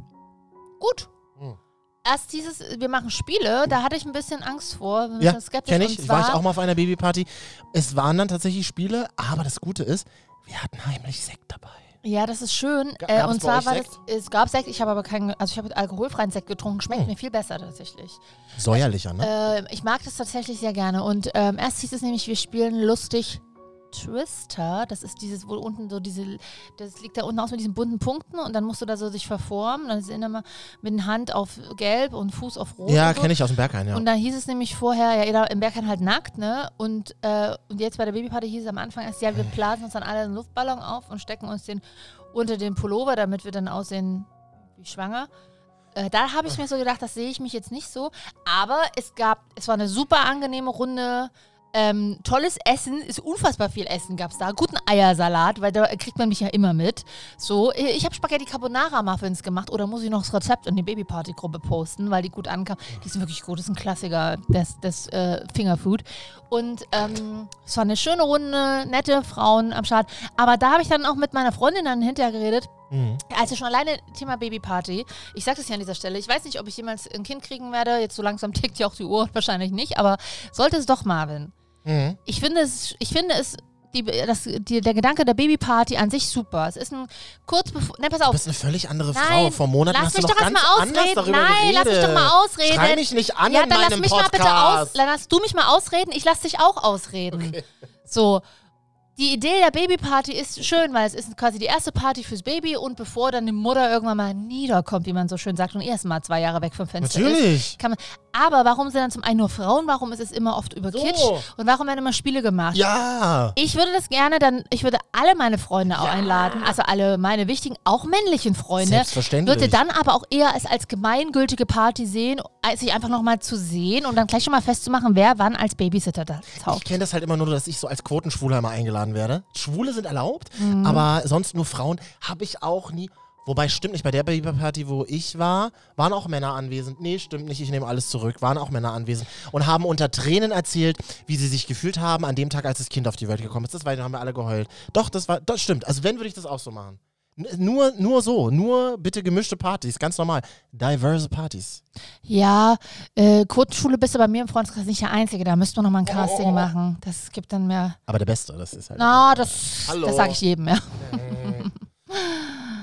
S2: Gut.
S1: Mhm.
S2: Erst dieses, wir machen Spiele, da hatte ich ein bisschen Angst vor. bin ein
S1: Ja,
S2: bisschen skeptisch.
S1: kenne ich.
S2: Und
S1: Ich war ich
S2: zwar-
S1: auch mal auf einer Babyparty. Es waren dann tatsächlich Spiele, aber das Gute ist, wir hatten heimlich Sekt dabei.
S2: Ja, das ist schön.
S1: Ga-
S2: Äh,
S1: gab's
S2: und
S1: bei euch
S2: zwar war das,
S1: Sekt?
S2: es gab Sekt, ich habe aber keinen, also ich habe alkoholfreien Sekt getrunken, schmeckt
S1: Hm.
S2: mir viel besser tatsächlich.
S1: Säuerlicher, ne?
S2: Äh, ich mag das tatsächlich sehr gerne. Und ähm, erst hieß es nämlich, wir spielen lustig Twister. Das ist dieses, wo unten so diese, das liegt da unten aus mit diesen bunten Punkten und dann musst du da so sich verformen. Dann ist immer mal mit der Hand auf gelb und Fuß auf rot.
S1: ja,
S2: und so.
S1: kenne ich aus dem Berg ein, ja.
S2: Und dann hieß es nämlich vorher, ja, jeder im Bergheim halt nackt, ne? Und, äh, und jetzt bei der Babyparty hieß es am Anfang erst, ja, wir blasen uns dann alle einen Luftballon auf und stecken uns den unter den Pullover, damit wir dann aussehen wie schwanger. Äh, da habe ich mir so gedacht, das sehe ich mich jetzt nicht so. Aber es gab, es war eine super angenehme Runde. Ähm, tolles Essen, ist unfassbar viel Essen gab es da. Guten Eiersalat, weil da kriegt man mich ja immer mit. So, äh, ich habe Spaghetti Carbonara Muffins gemacht oder muss ich noch das Rezept in die Babyparty-Gruppe posten, weil die gut ankam. Die sind wirklich gut, das ist ein Klassiker des, des äh, Fingerfood. Und ähm, es war eine schöne Runde, nette Frauen am Start. Aber da habe ich dann auch mit meiner Freundin dann hinterher geredet.
S1: mhm.
S2: Also schon alleine Thema Babyparty. Ich sage das ja an dieser Stelle. Ich weiß nicht, ob ich jemals ein Kind kriegen werde. Jetzt so langsam tickt ja auch die Uhr, wahrscheinlich nicht. Aber sollte es doch, Marvin.
S1: Mhm.
S2: Ich finde es, ich finde es, die, das, die, der Gedanke der Babyparty an sich super. Es ist ein kurz bevor, ne, pass
S1: Du
S2: auf.
S1: bist eine völlig andere
S2: Nein,
S1: Frau. Vor Monaten
S2: lass
S1: hast du
S2: mich
S1: noch
S2: doch erst
S1: ganz
S2: mal
S1: anders
S2: ausreden.
S1: darüber
S2: Nein, lass
S1: geredet.
S2: mich doch mal ausreden.
S1: Schrei mich nicht an
S2: Ja,
S1: in
S2: dann lass
S1: meinem
S2: mich mal
S1: Podcast.
S2: bitte aus, dann lass du mich mal ausreden. Ich lass dich auch ausreden. So. Die Idee der Babyparty ist schön, weil es ist quasi die erste Party fürs Baby und bevor dann die Mutter irgendwann mal niederkommt, wie man so schön sagt, und erst mal zwei Jahre weg vom Fenster ist.
S1: Natürlich.
S2: Kann man, aber warum sind dann zum einen nur Frauen, warum ist es immer oft über
S1: So.
S2: Kitsch und warum werden immer Spiele gemacht?
S1: Ja.
S2: Ich würde das gerne dann, ich würde alle meine Freunde auch einladen, also alle meine wichtigen, auch männlichen Freunde.
S1: Selbstverständlich.
S2: Würde dann aber auch eher es als gemeingültige Party sehen, als sich einfach nochmal zu sehen und dann gleich schon mal festzumachen, wer wann als Babysitter da
S1: Ich
S2: taugt.
S1: kenne das halt immer nur, dass ich so als Quotenschwuler immer eingeladen werde. Schwule sind erlaubt, aber sonst nur Frauen habe ich auch nie. Wobei, stimmt nicht, bei der Babyparty, wo ich war, waren auch Männer anwesend. Nee, stimmt nicht, ich nehme alles zurück. Waren auch Männer anwesend und haben unter Tränen erzählt, wie sie sich gefühlt haben an dem Tag, als das Kind auf die Welt gekommen ist. Das war, da haben wir alle geheult. Doch, das war, das stimmt. Also wenn, würde ich das auch so machen. N nur, nur so, nur bitte gemischte Partys, ganz normal. Diverse Partys.
S2: Ja, äh, Kurzschule bist du bei mir im Freundeskreis nicht der Einzige, da müssten wir nochmal ein Casting machen. Das gibt dann mehr. Also
S1: Aber der Beste, das ist halt.
S2: Na, das,
S1: Hallo.
S2: das sage ich jedem, ja.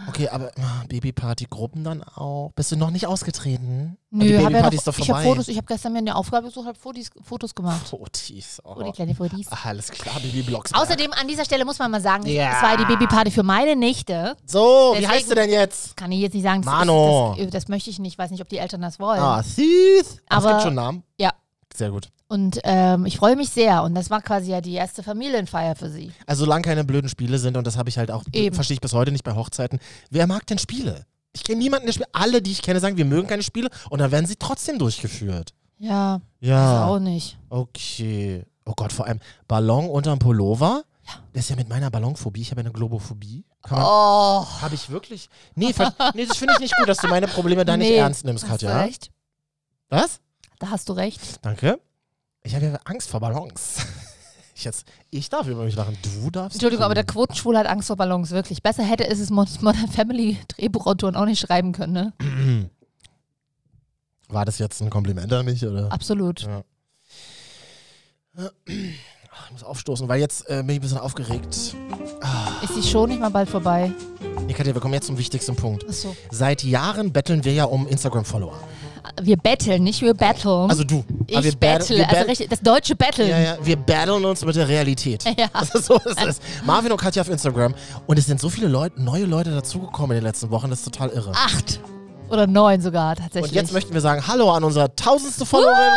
S1: Okay, aber ah, Babyparty-Gruppen dann auch. Bist du noch nicht ausgetreten?
S2: Nö,
S1: die
S2: hab ja noch,
S1: Babyparty ist doch
S2: ich habe
S1: vorbei.
S2: Fotos, ich habe gestern mir eine Aufgabe gesucht, habe Fotos, Fotos gemacht.
S1: Fotis.
S2: Oh, die
S1: Oh.
S2: kleine Fotos.
S1: Ach, alles klar, Babyblocks.
S2: Außerdem an dieser Stelle muss man mal sagen,
S1: Ja.
S2: es war die Babyparty für meine Nichte.
S1: So, wie
S2: Deswegen-
S1: heißt du denn jetzt?
S2: Kann ich jetzt nicht sagen, das,
S1: Mano.
S2: das, das, das möchte ich nicht, weiß nicht, ob die Eltern das wollen.
S1: Ah, süß. Aber es
S2: Äh. Aber-
S1: gibt schon Namen.
S2: Ja.
S1: Sehr gut.
S2: Und ähm, ich freue mich sehr. Und das war quasi ja die erste Familienfeier für sie.
S1: Also, solange keine blöden Spiele sind, und das habe ich halt auch,
S2: Eben.
S1: verstehe ich bis heute nicht bei Hochzeiten. Wer mag denn Spiele? Ich kenne niemanden, der spielt. Alle, die ich kenne, sagen, wir mögen keine Spiele, und dann werden sie trotzdem durchgeführt.
S2: Ja, das
S1: Ja.
S2: auch nicht.
S1: Okay. Oh Gott, vor allem Ballon unterm Pullover. Das ist ja mit meiner Ballonphobie. Ich habe eine Globophobie. Kann man,
S2: Oh,
S1: Habe ich wirklich? Nee, ver- nee das finde ich nicht gut, dass du meine Probleme da nicht
S2: Nee,
S1: ernst nimmst,
S2: hast du
S1: Katja.
S2: recht.
S1: Was?
S2: Da hast du recht.
S1: Danke. Ich habe ja Angst vor Ballons. Ich, jetzt, ich darf über mich lachen, du darfst.
S2: Entschuldigung,
S1: nicht.
S2: aber der Quotenschwule hat Angst vor Ballons, wirklich. Besser hätte es es Mod- Modern Family Drehbuchautoren auch nicht schreiben können, ne?
S1: War das jetzt ein Kompliment an mich? Oder?
S2: Absolut.
S1: Ach, ich muss aufstoßen, weil jetzt äh, bin ich ein bisschen aufgeregt.
S2: Ist die Show nicht mal bald vorbei?
S1: Nee, Katja, wir kommen jetzt zum wichtigsten Punkt.
S2: Achso.
S1: Seit Jahren betteln wir ja um Instagram-Follower.
S2: Wir betteln, nicht wir battlen.
S1: Also du.
S2: ich
S1: Aber wir
S2: battle,
S1: bat- wir bat-
S2: also richtig, das deutsche Battle.
S1: Ja, ja, wir battlen uns mit der Realität. Ja. so ist
S2: Also
S1: es. Marvin und Katja auf Instagram. Und es sind so viele Leut neue Leute dazugekommen in den letzten Wochen, das ist total irre.
S2: Acht oder neun sogar tatsächlich.
S1: und jetzt möchten wir sagen, hallo an unsere tausendste Followerin.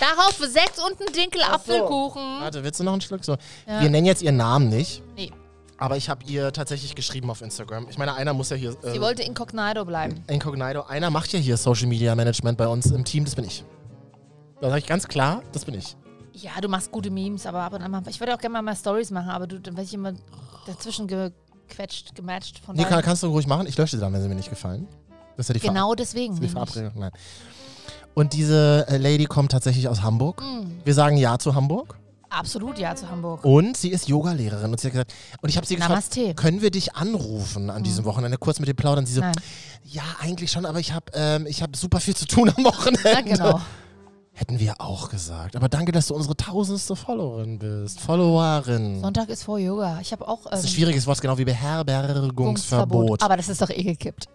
S2: Darauf sechs und ein Dinkel Apfelkuchen.
S1: Warte, willst du noch einen Schluck? So. Wir nennen jetzt ihren Namen nicht.
S2: Nee.
S1: Aber ich habe ihr tatsächlich geschrieben auf Instagram. Ich meine, einer muss ja hier.
S2: Sie
S1: Äh,
S2: wollte inkognito bleiben.
S1: Incognito, einer macht ja hier Social Media Management bei uns im Team, das bin ich. Da sage ich ganz klar, das bin ich.
S2: Ja, du machst gute Memes, aber ab und an mal. Ich würde auch gerne mal mehr Stories machen, aber du, dann werde ich immer dazwischen gequetscht, gematcht von
S1: Nee,
S2: Leuten.
S1: kann, kannst du ruhig machen. Ich lösche sie dann, wenn sie mir nicht gefallen. Das ist ja die Verab-
S2: Genau deswegen.
S1: Das ist die
S2: nämlich.
S1: Verabredung. Nein. Und diese äh, Lady kommt tatsächlich aus Hamburg.
S2: Mhm.
S1: Wir sagen Ja zu Hamburg.
S2: Absolut ja zu Hamburg.
S1: Und sie ist Yogalehrerin. Und sie hat gesagt, und ich habe sie gefragt,
S2: Namaste. Mhm.
S1: können wir dich anrufen an diesem Wochenende, kurz mit dir plaudern? Sie so,
S2: Nein.
S1: ja, eigentlich schon, aber ich habe ähm, ich hab super viel zu tun am Wochenende.
S2: Ja, genau.
S1: Hätten wir auch gesagt. Aber danke, dass du unsere tausendste Followerin bist. Followerin.
S2: Sonntag ist vor Yoga. Ich habe auch.
S1: das ist ein
S2: ähm,
S1: schwieriges Wort, genau wie Beherbergungsverbot.
S2: Aber das ist doch eh gekippt.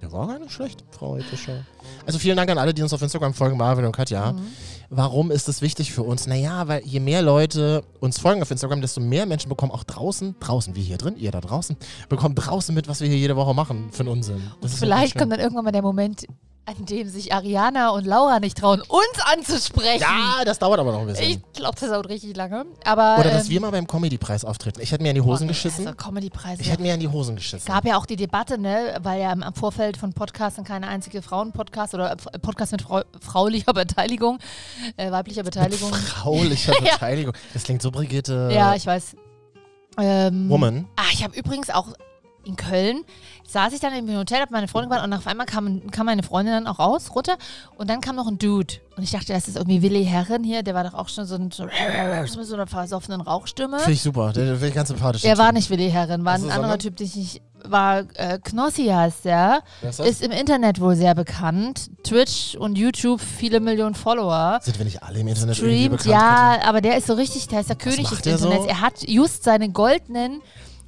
S1: Ja, war gar nicht schlecht, Frau Epischer. Also vielen Dank an alle, die uns auf Instagram folgen, Marvin und Katja.
S2: Mhm.
S1: Warum ist das wichtig für uns? Naja, weil je mehr Leute uns folgen auf Instagram, desto mehr Menschen bekommen auch draußen, draußen wie hier drin, ihr da draußen, bekommen draußen mit, was wir hier jede Woche machen für den Unsinn. Das ist
S2: Vielleicht
S1: wirklich
S2: kommt dann irgendwann mal der Moment, an dem sich Ariana und Laura nicht trauen, uns
S1: schön.
S2: anzusprechen.
S1: Ja, das dauert aber noch ein bisschen.
S2: Ich glaube, das dauert richtig lange. Aber,
S1: Oder dass
S2: ähm,
S1: wir mal beim Comedy-Preis auftreten. Ich hätte mir in die
S2: boah,
S1: Hosen
S2: nee,
S1: geschissen.
S2: Also Comedy-Preise.
S1: Ich hätte mir in die Hosen geschissen.
S2: gab ja auch die Debatte, ne, weil ja im, am Vorfeld von Podcasten keine einzige Frauen-Podcast oder äh, Podcast mit Frau, fraulicher Beteiligung, äh, weiblicher Beteiligung.
S1: Fraulicher Beteiligung. Das klingt so Brigitte
S2: ja, ich weiß. Ähm,
S1: Woman.
S2: Ah, ich habe übrigens auch in Köln saß ich dann im Hotel, hab meine Freundin gewartet und auf einmal kam, kam meine Freundin dann auch raus, runter und dann kam noch ein Dude und ich dachte, das ist irgendwie Willi Herren hier, der war doch auch schon so ein so, mit so einer versoffenen Rauchstimme.
S1: Finde ich super. Der, der finde ich ganz sympathisch. den
S2: Der Ah. war
S1: Typen.
S2: nicht Willi Herren, war
S1: Ach so,
S2: ein anderer
S1: Also, sondern?
S2: Typ, den ich nicht war äh, Knossi heißt der,
S1: Wer ist das?
S2: ist im Internet wohl sehr bekannt, Twitch und YouTube viele Millionen Follower.
S1: Sind wir nicht alle im Internet irgendwie
S2: Dreamt,
S1: bekannt?
S2: ja, aber der ist so richtig, der ist der König
S1: macht
S2: des
S1: der so?
S2: Internets. Er hat just seine goldenen.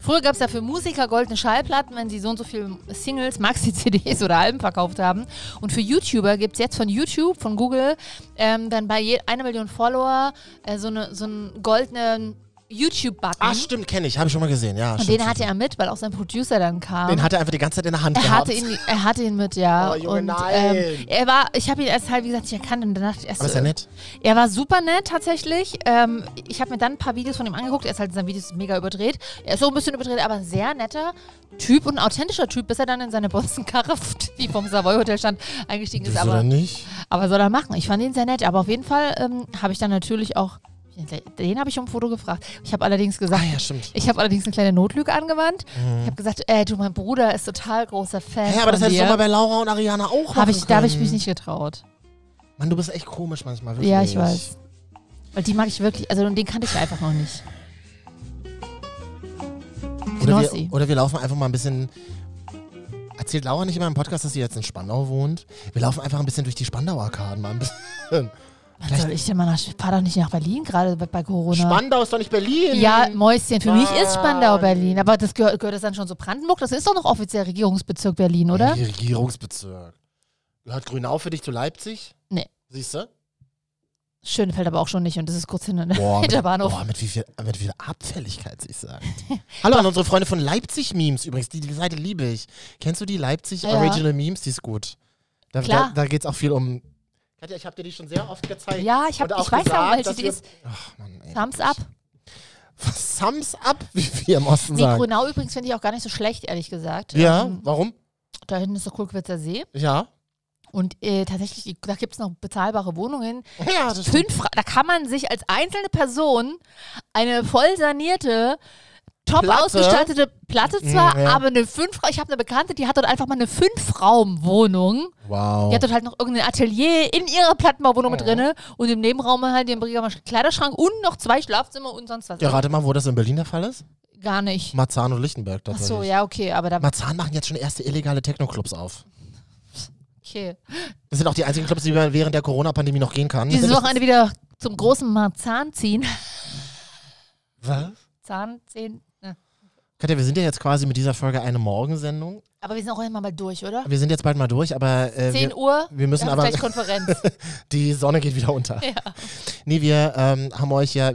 S2: Früher gab es ja für Musiker goldene Schallplatten, wenn sie so und so viele Singles, Maxi-CDs oder Alben verkauft haben. Und für YouTuber gibt es jetzt von YouTube, von Google, ähm, dann bei je, einer Million Follower äh, so, eine, so einen goldenen YouTube-Button.
S1: Ah, stimmt, kenne ich, habe ich schon mal gesehen, ja.
S2: Und
S1: stimmt,
S2: den hatte
S1: stimmt.
S2: er mit, weil auch sein Producer dann kam.
S1: Den hat er einfach die ganze Zeit in der Hand
S2: Er
S1: gehabt.
S2: hatte, ihn, er hatte ihn mit, ja.
S1: Oh, Junge,
S2: und
S1: nein.
S2: Ähm, er war, ich habe ihn erst halt, wie gesagt, nicht erkannt und dann dachte ich erst.
S1: aber ist
S2: so,
S1: ja nett.
S2: er war super nett tatsächlich. Ähm, ich habe mir dann ein paar Videos von ihm angeguckt. Er ist halt in seinen Videos mega überdreht. Er ist so ein bisschen überdreht, aber ein sehr netter Typ und ein authentischer Typ, bis er dann in seine Bonzenkarre, die vom Savoy Hotel stand, eingestiegen ist.
S1: Das oder
S2: Aber,
S1: nicht?
S2: aber soll er machen. Ich fand ihn sehr nett. Aber auf jeden Fall ähm, habe ich dann natürlich auch. Den habe ich um ein Foto gefragt. Ich habe allerdings gesagt,
S1: Ah ja, stimmt.
S2: ich habe allerdings eine kleine Notlüge angewandt. Ich habe gesagt, ey, du, mein Bruder ist total großer Fan.
S1: Hä, aber das
S2: von
S1: hättest
S2: dir.
S1: du mal bei Laura und Ariana auch machen
S2: Hab ich, Da habe ich
S1: können.
S2: mich nicht getraut.
S1: Mann, du bist echt komisch manchmal, wirklich.
S2: Ja, ich weiß. Weil die mag ich wirklich, also und den kannte ich einfach noch nicht.
S1: Oder
S2: Knossi.
S1: wir, oder wir laufen einfach mal ein bisschen... Erzählt Laura nicht immer im Podcast, dass sie jetzt in Spandau wohnt? Wir laufen einfach ein bisschen durch die Spandau-Arkaden mal ein bisschen.
S2: Was soll ich denn mal nach, ich fahr doch nicht nach Berlin, gerade bei- bei Corona.
S1: Spandau ist doch nicht Berlin!
S2: ja, Mäuschen, für mich ist Spandau
S1: Mann.
S2: Berlin, aber das gehört, gehört das dann schon zu Brandenburg? Das ist doch noch offiziell Regierungsbezirk Berlin, oder?
S1: Die Regierungsbezirk. Gehört Grünau für dich zu Leipzig?
S2: Nee.
S1: Siehst du?
S2: Schönefeld aber auch schon nicht und das ist kurz hin
S1: Boah, mit,
S2: hinter Bahnhof.
S1: boah, mit wie viel, mit wie viel Abfälligkeit sie sagen. Hallo an unsere Freunde von Leipzig Memes übrigens, die, die Seite liebe ich. Kennst du die Leipzig
S2: Ja.
S1: Original Memes? Die ist gut. Da,
S2: Klar.
S1: da, da geht's auch viel um. Katja, ich habe dir die schon sehr oft gezeigt.
S2: Ja, ich, hab,
S1: Und auch
S2: ich weiß ja,
S1: gesagt,
S2: auch, welche
S1: dass
S2: die
S1: wir-
S2: ist.
S1: Ach Mann, ey.
S2: Thumbs up.
S1: Thumbs up, wie wir im Osten
S2: Nee,
S1: sagen.
S2: Grünau übrigens finde ich auch gar nicht so schlecht, ehrlich gesagt.
S1: Ja,
S2: Ähm,
S1: warum?
S2: da hinten ist der Kulkwitzer See
S1: Ja.
S2: und äh, tatsächlich, die- da gibt es noch bezahlbare Wohnungen.
S1: Ja, das stimmt.
S2: Fünf, Fra- da kann man sich als einzelne Person eine voll sanierte, top
S1: Platte? Mhm,
S2: ausgestattete Platte zwar,
S1: ja.
S2: aber eine fünf ich habe eine Bekannte, die hat dort einfach mal eine Fünfraumwohnung.
S1: Wow.
S2: Die hat dort halt noch irgendein Atelier in ihrer Plattenbauwohnung
S1: Oh.
S2: mit drinne und im Nebenraum halt den Brigger Kleiderschrank und noch zwei Schlafzimmer und sonst was. Also
S1: Ja, rate mal, wo das in Berlin der Fall ist?
S2: Gar nicht.
S1: Marzahn und Lichtenberg
S2: Ach
S1: tatsächlich.
S2: so, ja, okay, aber da
S1: Marzahn machen jetzt schon erste illegale Techno-Clubs auf.
S2: Okay.
S1: Das sind auch die einzigen Clubs, die man während der Corona-Pandemie noch gehen kann.
S2: Dieses
S1: Das-
S2: Wochenende wieder zum großen Mal Zahn ziehen.
S1: Was?
S2: Zahn ziehen. ne.
S1: Katja, wir sind ja jetzt quasi mit dieser Folge eine Morgensendung.
S2: Aber wir sind auch immer mal durch, oder?
S1: Wir sind jetzt bald mal durch, aber äh,
S2: 10
S1: wir,
S2: Uhr.
S1: wir müssen
S2: haben
S1: aber-
S2: gleich Konferenz.
S1: die Sonne geht wieder unter.
S2: ja.
S1: Nee, wir ähm, haben euch ja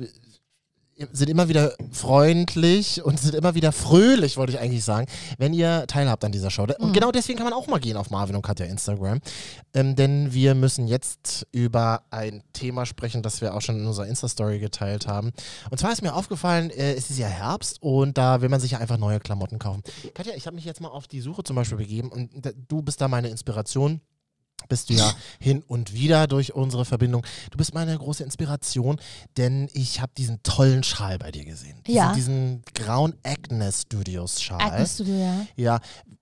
S1: sind immer wieder freundlich und sind immer wieder fröhlich, wollte ich eigentlich sagen, wenn ihr teilhabt an dieser Show. Und genau deswegen kann man auch mal gehen auf Marvin und Katja Instagram. Ähm, denn wir müssen jetzt über ein Thema sprechen, das wir auch schon in unserer Insta-Story geteilt haben. Und zwar ist mir aufgefallen, äh, es ist ja Herbst und da will man sich ja einfach neue Klamotten kaufen. Katja, ich habe mich jetzt mal auf die Suche zum Beispiel begeben und da, du bist da meine Inspiration. Bist du ja hin und wieder durch unsere Verbindung. Du bist meine große Inspiration, denn ich habe diesen tollen Schal bei dir gesehen. Diesen,
S2: Ja.
S1: Diesen grauen Agnes Studios Schal.
S2: Atmest du dir, ja?
S1: Ja,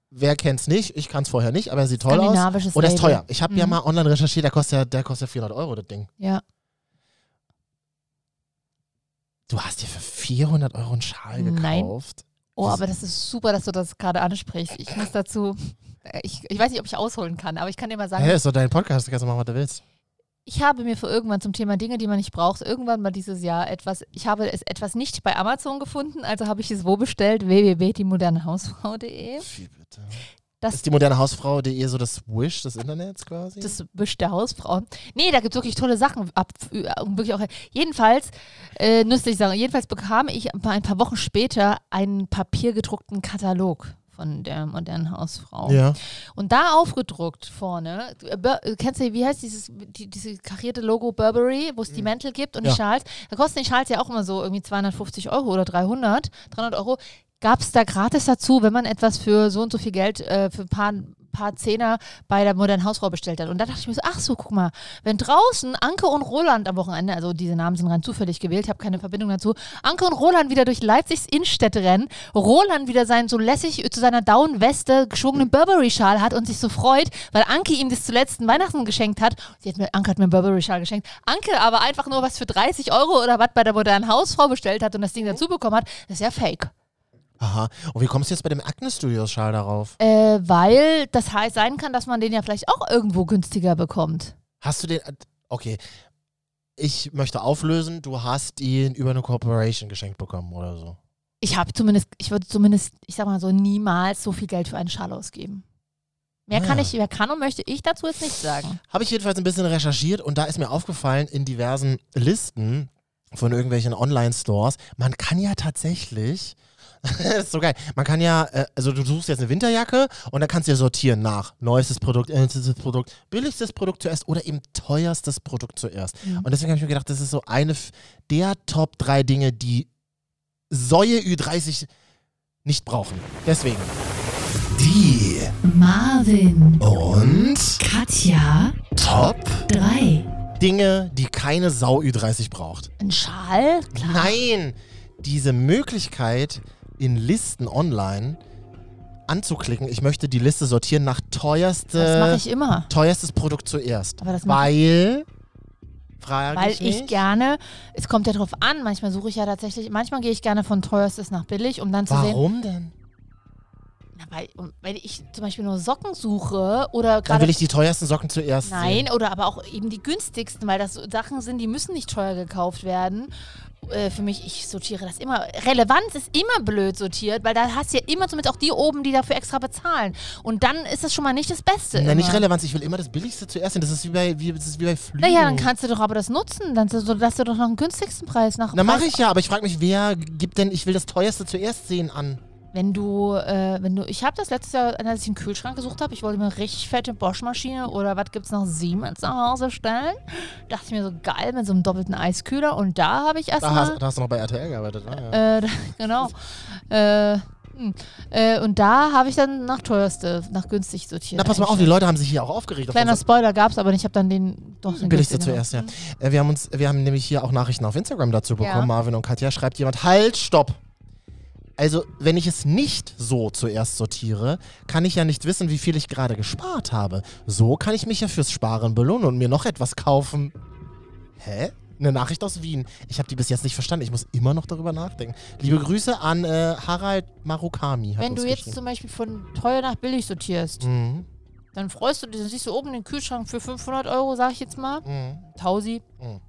S1: wer kennt's nicht? Ich kann's vorher nicht, aber er sieht toll aus.
S2: Skandinavisches
S1: Und er ist
S2: Label.
S1: teuer. Ich habe ja
S2: Mhm.
S1: mal online recherchiert, der kostet ja, der kostet ja 400 Euro, das Ding.
S2: Ja.
S1: Du hast dir für 400 Euro einen Schal
S2: Nein.
S1: gekauft.
S2: Oh,
S1: Das-
S2: aber das ist super, dass du das gerade ansprichst. Ich muss dazu, äh, ich, ich weiß nicht, ob ich ausholen kann, aber ich kann dir mal sagen,
S1: Hä, ist doch dein Podcast, du kannst doch machen, was du willst.
S2: ich habe mir für irgendwann zum Thema Dinge, die man nicht braucht, irgendwann mal dieses Jahr etwas, ich habe es etwas nicht bei Amazon gefunden, also habe ich es wo bestellt? www.diemodernehausfrau.de.
S1: Wie bitte?
S2: Das,
S1: Ist die moderne Hausfrau.de so das Wish des Internets quasi?
S2: das Büsch der Hausfrauen. Nee, da gibt es wirklich tolle Sachen. Ab, äh, wirklich auch, jedenfalls, äh, nützlich sagen, jedenfalls bekam ich ein paar- ein paar Wochen später einen papiergedruckten Katalog von der modernen Hausfrau.
S1: ja.
S2: Und da aufgedruckt vorne, du, äh, Bur- äh, kennst du, wie heißt dieses die, diese karierte Logo Burberry, wo es die Mäntel gibt und
S1: Mhm. Ja.
S2: die Schals? Da kosten die Schals ja auch immer so irgendwie 250 Euro oder 300, 300 Euro. Gab es da gratis dazu, wenn man etwas für so und so viel Geld, äh, für ein paar, paar Zehner bei der modernen Hausfrau bestellt hat. Und da dachte ich mir so, ach so, guck mal, wenn draußen Anke und Roland am Wochenende, also diese Namen sind rein zufällig gewählt, ich habe keine Verbindung dazu, Anke und Roland wieder durch Leipzigs Innenstädte rennen, Roland wieder sein so lässig zu seiner Down-Weste geschwungenen Burberry-Schal hat und sich so freut, weil Anke ihm das zuletzt Weihnachten geschenkt hat. Sie hat mir, Anke hat mir einen Burberry-Schal geschenkt. Anke aber einfach nur was für 30 Euro oder was bei der modernen Hausfrau bestellt hat und das Ding dazu bekommen hat, das ist ja fake.
S1: Aha. Und wie kommst du jetzt bei dem Agnes Studios Schal darauf?
S2: Äh, weil das heißt sein kann, dass man den ja vielleicht auch irgendwo günstiger bekommt.
S1: Hast du den. Okay. Ich möchte auflösen, du hast ihn über eine Corporation geschenkt bekommen oder so.
S2: Ich habe zumindest, ich würde zumindest, ich sag mal so, niemals so viel Geld für einen Schal ausgeben. Mehr kann
S1: Ah.
S2: ich, mehr kann und möchte ich dazu jetzt nicht sagen.
S1: Habe ich jedenfalls ein bisschen recherchiert und da ist mir aufgefallen, in diversen Listen von irgendwelchen Online-Stores, man kann ja tatsächlich. das ist so geil. Man kann ja, äh, also du suchst jetzt eine Winterjacke und dann kannst du ja sortieren nach neuestes Produkt, ältestes Produkt, billigstes Produkt zuerst oder eben teuerstes Produkt zuerst. Und deswegen habe ich mir gedacht, das ist so eine f- der Top 3 Dinge, die Säue Ü30 nicht brauchen. Deswegen.
S7: Die
S5: Marvin.
S7: und
S5: Katja
S7: Top
S5: 3.
S1: Dinge, die keine Sau Ü30 braucht.
S2: Ein Schal? Klar.
S1: Nein, diese Möglichkeit in Listen online anzuklicken, ich möchte die Liste sortieren nach
S2: Das mache
S1: teuerste,
S2: ich immer.
S1: teuerstes Produkt zuerst.
S2: Aber das mach
S1: weil, frage
S2: Weil
S1: ich,
S2: ich
S1: mich,
S2: gerne, es kommt ja drauf an, manchmal suche ich ja tatsächlich, manchmal gehe ich gerne von teuerstes nach billig, um dann zu sehen,
S1: warum denn?
S2: na, weil, um- wenn ich zum Beispiel nur Socken suche oder
S1: Dann
S2: gerade
S1: will ich die teuersten Socken zuerst
S2: Nein,
S1: sehen.
S2: oder aber auch eben die günstigsten, weil das so Sachen sind, die müssen nicht teuer gekauft werden. Äh, für mich, ich sortiere das immer. Relevanz ist immer blöd sortiert, weil da hast du ja immer zumindest auch die oben, die dafür extra bezahlen. Und dann ist das schon mal nicht das Beste.
S1: Na, nicht
S2: immer.
S1: Relevanz, ich will immer das Billigste zuerst sehen. Das ist wie bei, wie, das ist wie bei Flügen.
S2: Naja, dann kannst du doch aber das nutzen. Dann so- lass dir doch noch einen günstigsten Preis nach.
S1: Na, mache
S2: Preis-
S1: ich ja, aber ich frage mich, wer gibt denn, ich will das teuerste zuerst sehen an?
S2: Wenn du, äh, wenn du, ich habe das letztes Jahr, als ich einen Kühlschrank gesucht habe, ich wollte mir eine richtig fette Bosch-Maschine oder was gibt's noch, Siemens nach Hause stellen. Dachte ich mir so geil mit so einem doppelten Eiskühler und da habe ich
S1: Da
S2: erstmal.
S1: hast, da hast du noch bei RTL gearbeitet. Ah, ja.
S2: Äh, da- genau. Äh, hm. äh, und da habe ich dann nach teuerste, nach günstig sortiert.
S1: Na, pass mal auf, die
S2: eingestellt.
S1: Leute haben sich hier auch aufgeregt. auf
S2: Kleiner
S1: unser-
S2: Spoiler gab es, aber ich habe dann den doch den
S1: Billigste
S2: günstigen
S1: zuerst, ja.
S2: genommen.
S1: Äh, Wir haben uns, wir haben nämlich hier auch Nachrichten auf Instagram dazu bekommen,
S2: Ja.
S1: Marvin und Katja. Schreibt jemand, halt, stopp! Also, wenn ich es nicht so zuerst sortiere, kann ich ja nicht wissen, wie viel ich gerade gespart habe. So kann ich mich ja fürs Sparen belohnen und mir noch etwas kaufen. Hä? Eine Nachricht aus Wien. Ich habe die bis jetzt nicht verstanden. Ich muss immer noch darüber nachdenken. Liebe Grüße an äh, Harald Marukami. Hat
S2: Wenn
S1: uns
S2: du jetzt
S1: geschrieben.
S2: zum Beispiel von teuer nach billig sortierst,
S1: Mhm.
S2: Dann freust du dich, dann siehst du oben den Kühlschrank für 500 Euro, sag ich jetzt mal.
S1: Mhm.
S2: Tausi.
S1: Mhm.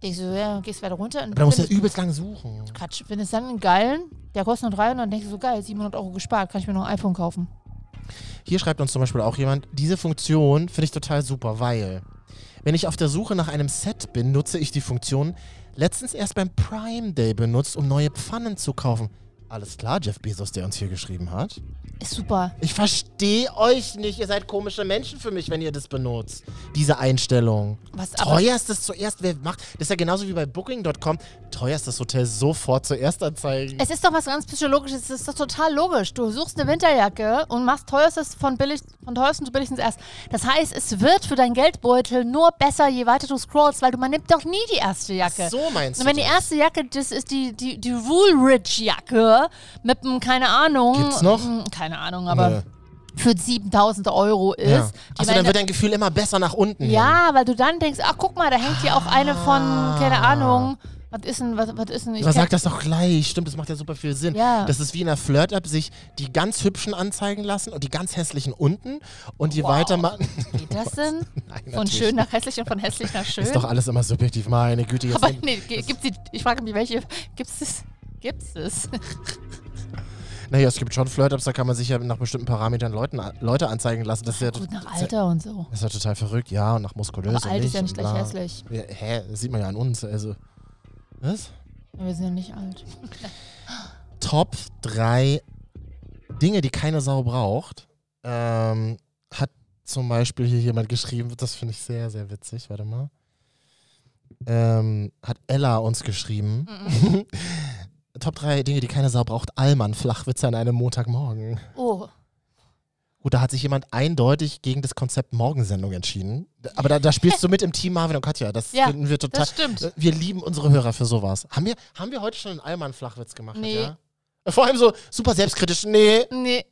S2: Ich so, ja, gehst weiter runter. Und
S1: Aber da musst du
S2: wenn-
S1: ja übelst lange suchen.
S2: Quatsch, wenn es dann einen geilen, der kostet nur 300, dann denkst du so, geil, 700 Euro gespart, kann ich mir noch ein iPhone kaufen.
S1: Hier schreibt uns zum Beispiel auch jemand, diese Funktion finde ich total super, weil wenn ich auf der Suche nach einem Set bin, nutze ich die Funktion letztens erst beim Prime Day benutzt, um neue Pfannen zu kaufen. Alles klar, Jeff Bezos, der uns hier geschrieben hat.
S2: Ist super.
S1: Ich verstehe euch nicht. Ihr seid komische Menschen für mich, wenn ihr das benutzt. Diese Einstellung.
S2: Was aber,
S1: Teuerstes zuerst, wer macht? Das ist ja genauso wie bei Booking.com. Teuerstes Hotel sofort zuerst anzeigen.
S2: es ist doch was ganz Psychologisches, es ist doch total logisch. Du suchst eine Winterjacke und machst teuerstes von, billig, von teuersten zu billigsten erst. Das heißt, es wird für deinen Geldbeutel nur besser, je weiter du scrollst, weil du, man nimmt doch nie die erste Jacke.
S1: so meinst
S2: Und
S1: du
S2: wenn die
S1: das?
S2: erste Jacke, das ist die, die, die Woolrich-Jacke mit einem, keine Ahnung.
S1: Gibt's noch?
S2: m, Keine Ahnung, aber
S1: Nö.
S2: für 7000 Euro ist.
S1: Ja.
S2: die
S1: Achso, dann
S2: werden-
S1: wird dein Gefühl immer besser nach unten. hin.
S2: Ja, weil du dann denkst, ach guck mal, da hängt hier auch eine von, keine
S1: Ah.
S2: Ahnung, was ist denn, was, was ist denn? Ich
S1: Aber
S2: kenn-
S1: sag das doch gleich. Stimmt, das macht ja super viel Sinn.
S2: Ja.
S1: Das ist wie in einer Flirt-App, sich die ganz hübschen anzeigen lassen und die ganz hässlichen unten. Und je
S2: Wow.
S1: weiter man.
S2: Geht das denn?
S1: Nein,
S2: Von
S1: natürlich
S2: schön
S1: nicht.
S2: nach hässlich und von hässlich nach schön.
S1: Ist doch alles immer subjektiv, meine Güte. Jetzt
S2: Aber
S1: nehm-
S2: nee, ge- gibt's die, ich frage mich, welche, gibt's es? Gibt's es?
S1: Naja, es gibt schon Flirt-Apps, da kann man sich ja nach bestimmten Parametern Leuten, Leute anzeigen lassen. Das ist ja,
S2: Gut, nach
S1: das ist ja-
S2: Alter und so.
S1: das ist ja total verrückt, ja, und nach muskulös.
S2: Aber
S1: und
S2: alt ist ja
S1: und
S2: nicht gleich
S1: bla.
S2: hässlich.
S1: Ja, hä, das sieht man ja an uns. Also. Was?
S2: Wir sind ja nicht alt.
S1: Top 3 Dinge, die keine Sau braucht, ähm, hat zum Beispiel hier jemand geschrieben, das finde ich sehr, sehr witzig, warte mal. Ähm, hat Ella uns geschrieben. Top 3 Dinge, die keine Sau braucht. Allmann, Flachwitze an einem Montagmorgen.
S2: Oh,
S1: Gut, da hat sich jemand eindeutig gegen das Konzept Morgensendung entschieden. Aber da, da spielst du mit im Team Marvin und Katja. Das
S2: Ja,
S1: finden wir total.
S2: das stimmt.
S1: Äh, Wir lieben unsere Hörer für sowas. Haben wir, haben wir heute schon einen Allmann-Flachwitz gemacht?
S2: Nee.
S1: Ja? Äh, Vor allem so super selbstkritisch. Nee.
S2: Nee.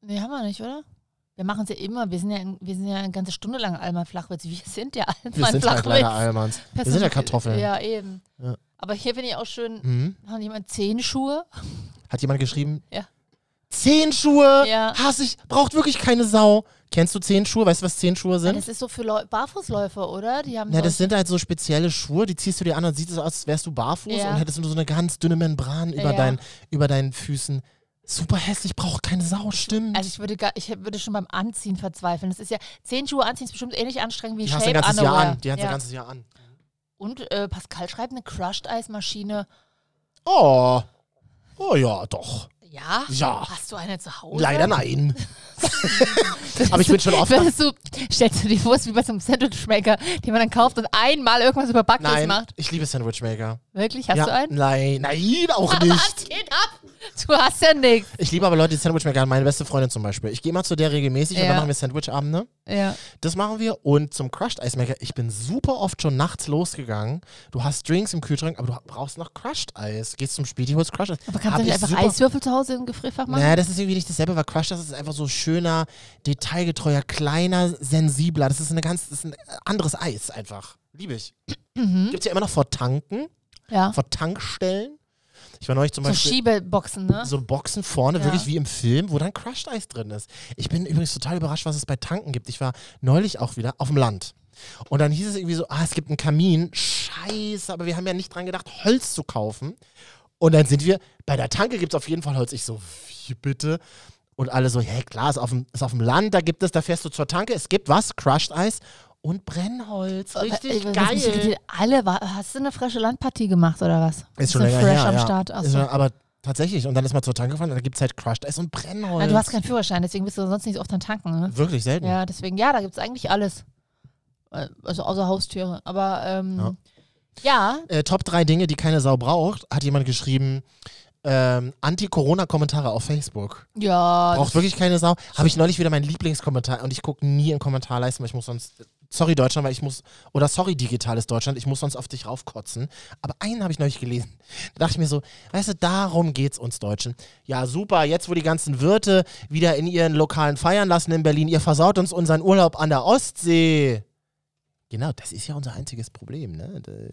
S2: Nee, haben wir nicht, oder? Wir machen es ja immer. Wir sind ja, wir sind ja eine ganze Stunde lang Alman Flachwitz. Wir sind ja
S1: Wir
S2: Alman
S1: sind halt leider
S2: Flachwitz.
S1: Allmanns. Wir sind ja Kartoffeln.
S2: Ja, eben.
S1: Ja.
S2: Aber hier finde ich auch schön,
S1: Mhm.
S2: Hat jemand zehn Schuhe?
S1: Hat jemand geschrieben?
S2: Ja.
S1: Zehn Schuhe!
S2: Ja.
S1: Hass ich, braucht wirklich keine Sau. Kennst du Zehn Schuhe? Weißt du, was Zehn Schuhe sind?
S2: Das ist so für Leu Barfußläufer, oder? Die haben
S1: Na,
S2: so
S1: das sind halt so spezielle Schuhe, die ziehst du dir an und sieht es aus, als wärst du barfuß
S2: Ja.
S1: und hättest nur so eine ganz dünne Membran über,
S2: Ja.
S1: dein, über deinen Füßen. Super hässlich, braucht keine Sau, stimmt.
S2: also ich würde, gar, ich würde schon beim Anziehen verzweifeln. Das ist ja, zehn Schuhe anziehen ist bestimmt ähnlich anstrengend wie
S1: die hast du ein
S2: Shape
S1: ganzes
S2: Underwear.
S1: Jahr an. Die hast du
S2: ja.
S1: ein ganzes Jahr an.
S2: Und äh, Pascal schreibt eine Crushed-Eismaschine.
S1: Oh. Oh ja, doch.
S2: Ja?
S1: Ja.
S2: Hast du eine zu Hause?
S1: Leider nein. Aber ich bin schon oft.
S2: Würdest du, stellst du dir vor, es ist wie bei so einem Sandwichmaker, den man dann kauft und einmal irgendwas Überbackenes
S1: Nein,
S2: macht?
S1: ich liebe Sandwichmaker.
S2: Wirklich? Hast
S1: ja,
S2: du einen?
S1: Nein, nein, auch
S2: Was
S1: nicht.
S2: geht ab? Du hast ja nichts.
S1: Ich liebe aber Leute, die Sandwichmaker haben. Meine beste Freundin zum Beispiel. Ich gehe immer zu der regelmäßig und
S2: Ja.
S1: dann machen wir Sandwichabende.
S2: Ja.
S1: Das machen wir. Und zum Crushed Eismaker, ich bin super oft schon nachts losgegangen. Du hast Drinks im Kühlschrank, aber du brauchst noch Crushed Eis. Gehst zum Spiel, holst Crushed Eis.
S2: Aber kannst
S1: Hab
S2: du nicht
S1: ich
S2: einfach
S1: super-
S2: Eiswürfel zu Hause im Gefrierfach machen?
S1: Naja, das ist irgendwie nicht dasselbe, weil Crushed Eis ist einfach so schöner, detailgetreuer, kleiner, sensibler. Das ist, eine ganz, das ist ein anderes Eis einfach. Liebe ich. Gibt's ja immer noch vor Tanken,
S2: ja.
S1: vor Tankstellen. Ich war neulich zum
S2: So
S1: Beispiel.
S2: Schiebeboxen, ne?
S1: so Boxen vorne,
S2: Ja.
S1: wirklich wie im Film, wo dann Crushed Eis drin ist. Ich bin übrigens total überrascht, was es bei Tanken gibt. Ich war neulich auch wieder auf dem Land. Und dann hieß es irgendwie so, ah, es gibt einen Kamin. Scheiße, aber wir haben ja nicht dran gedacht, Holz zu kaufen. Und dann sind wir, bei der Tanke gibt es auf jeden Fall Holz. Ich so, wie bitte? Und alle so, hey, klar, ist auf, dem, ist auf dem Land, da gibt es, da fährst du zur Tanke, es gibt was? Crushed Eis und Brennholz. Richtig
S2: Äh, was mich
S1: geil.
S2: interessiert, alle, war, hast du eine frische Landpartie gemacht oder was?
S1: Ist schon
S2: Bisschen
S1: länger
S2: fresh
S1: her,
S2: am
S1: ja.
S2: Start. Ach
S1: Ist
S2: so.
S1: schon- aber tatsächlich. Und dann ist man zur Tanke gefahren und da gibt es halt Crushed Eis und Brennholz.
S2: Na, du hast keinen Führerschein, deswegen bist du sonst nicht so oft an Tanken, ne?
S1: Wirklich selten.
S2: Ja, deswegen, ja, da gibt's eigentlich alles. Äh, Also außer Haustüre. Aber ähm, ja.
S1: Äh, Top 3 Dinge, die keine Sau braucht, hat jemand geschrieben. Ähm, Anti-Corona-Kommentare auf Facebook.
S2: ja,
S1: Braucht wirklich keine Sau. Habe ich neulich wieder meinen Lieblingskommentar und ich gucke nie in Kommentarleisten, weil ich muss sonst. Sorry Deutschland, weil ich muss. Oder sorry digitales Deutschland, ich muss sonst auf dich raufkotzen. Aber einen habe ich neulich gelesen. Da dachte ich mir so, weißt du, darum geht's uns Deutschen. Ja, super, jetzt wo die ganzen Wirte wieder in ihren Lokalen feiern lassen in Berlin, ihr versaut uns unseren Urlaub an der Ostsee. Genau, das ist ja unser einziges Problem, ne? D-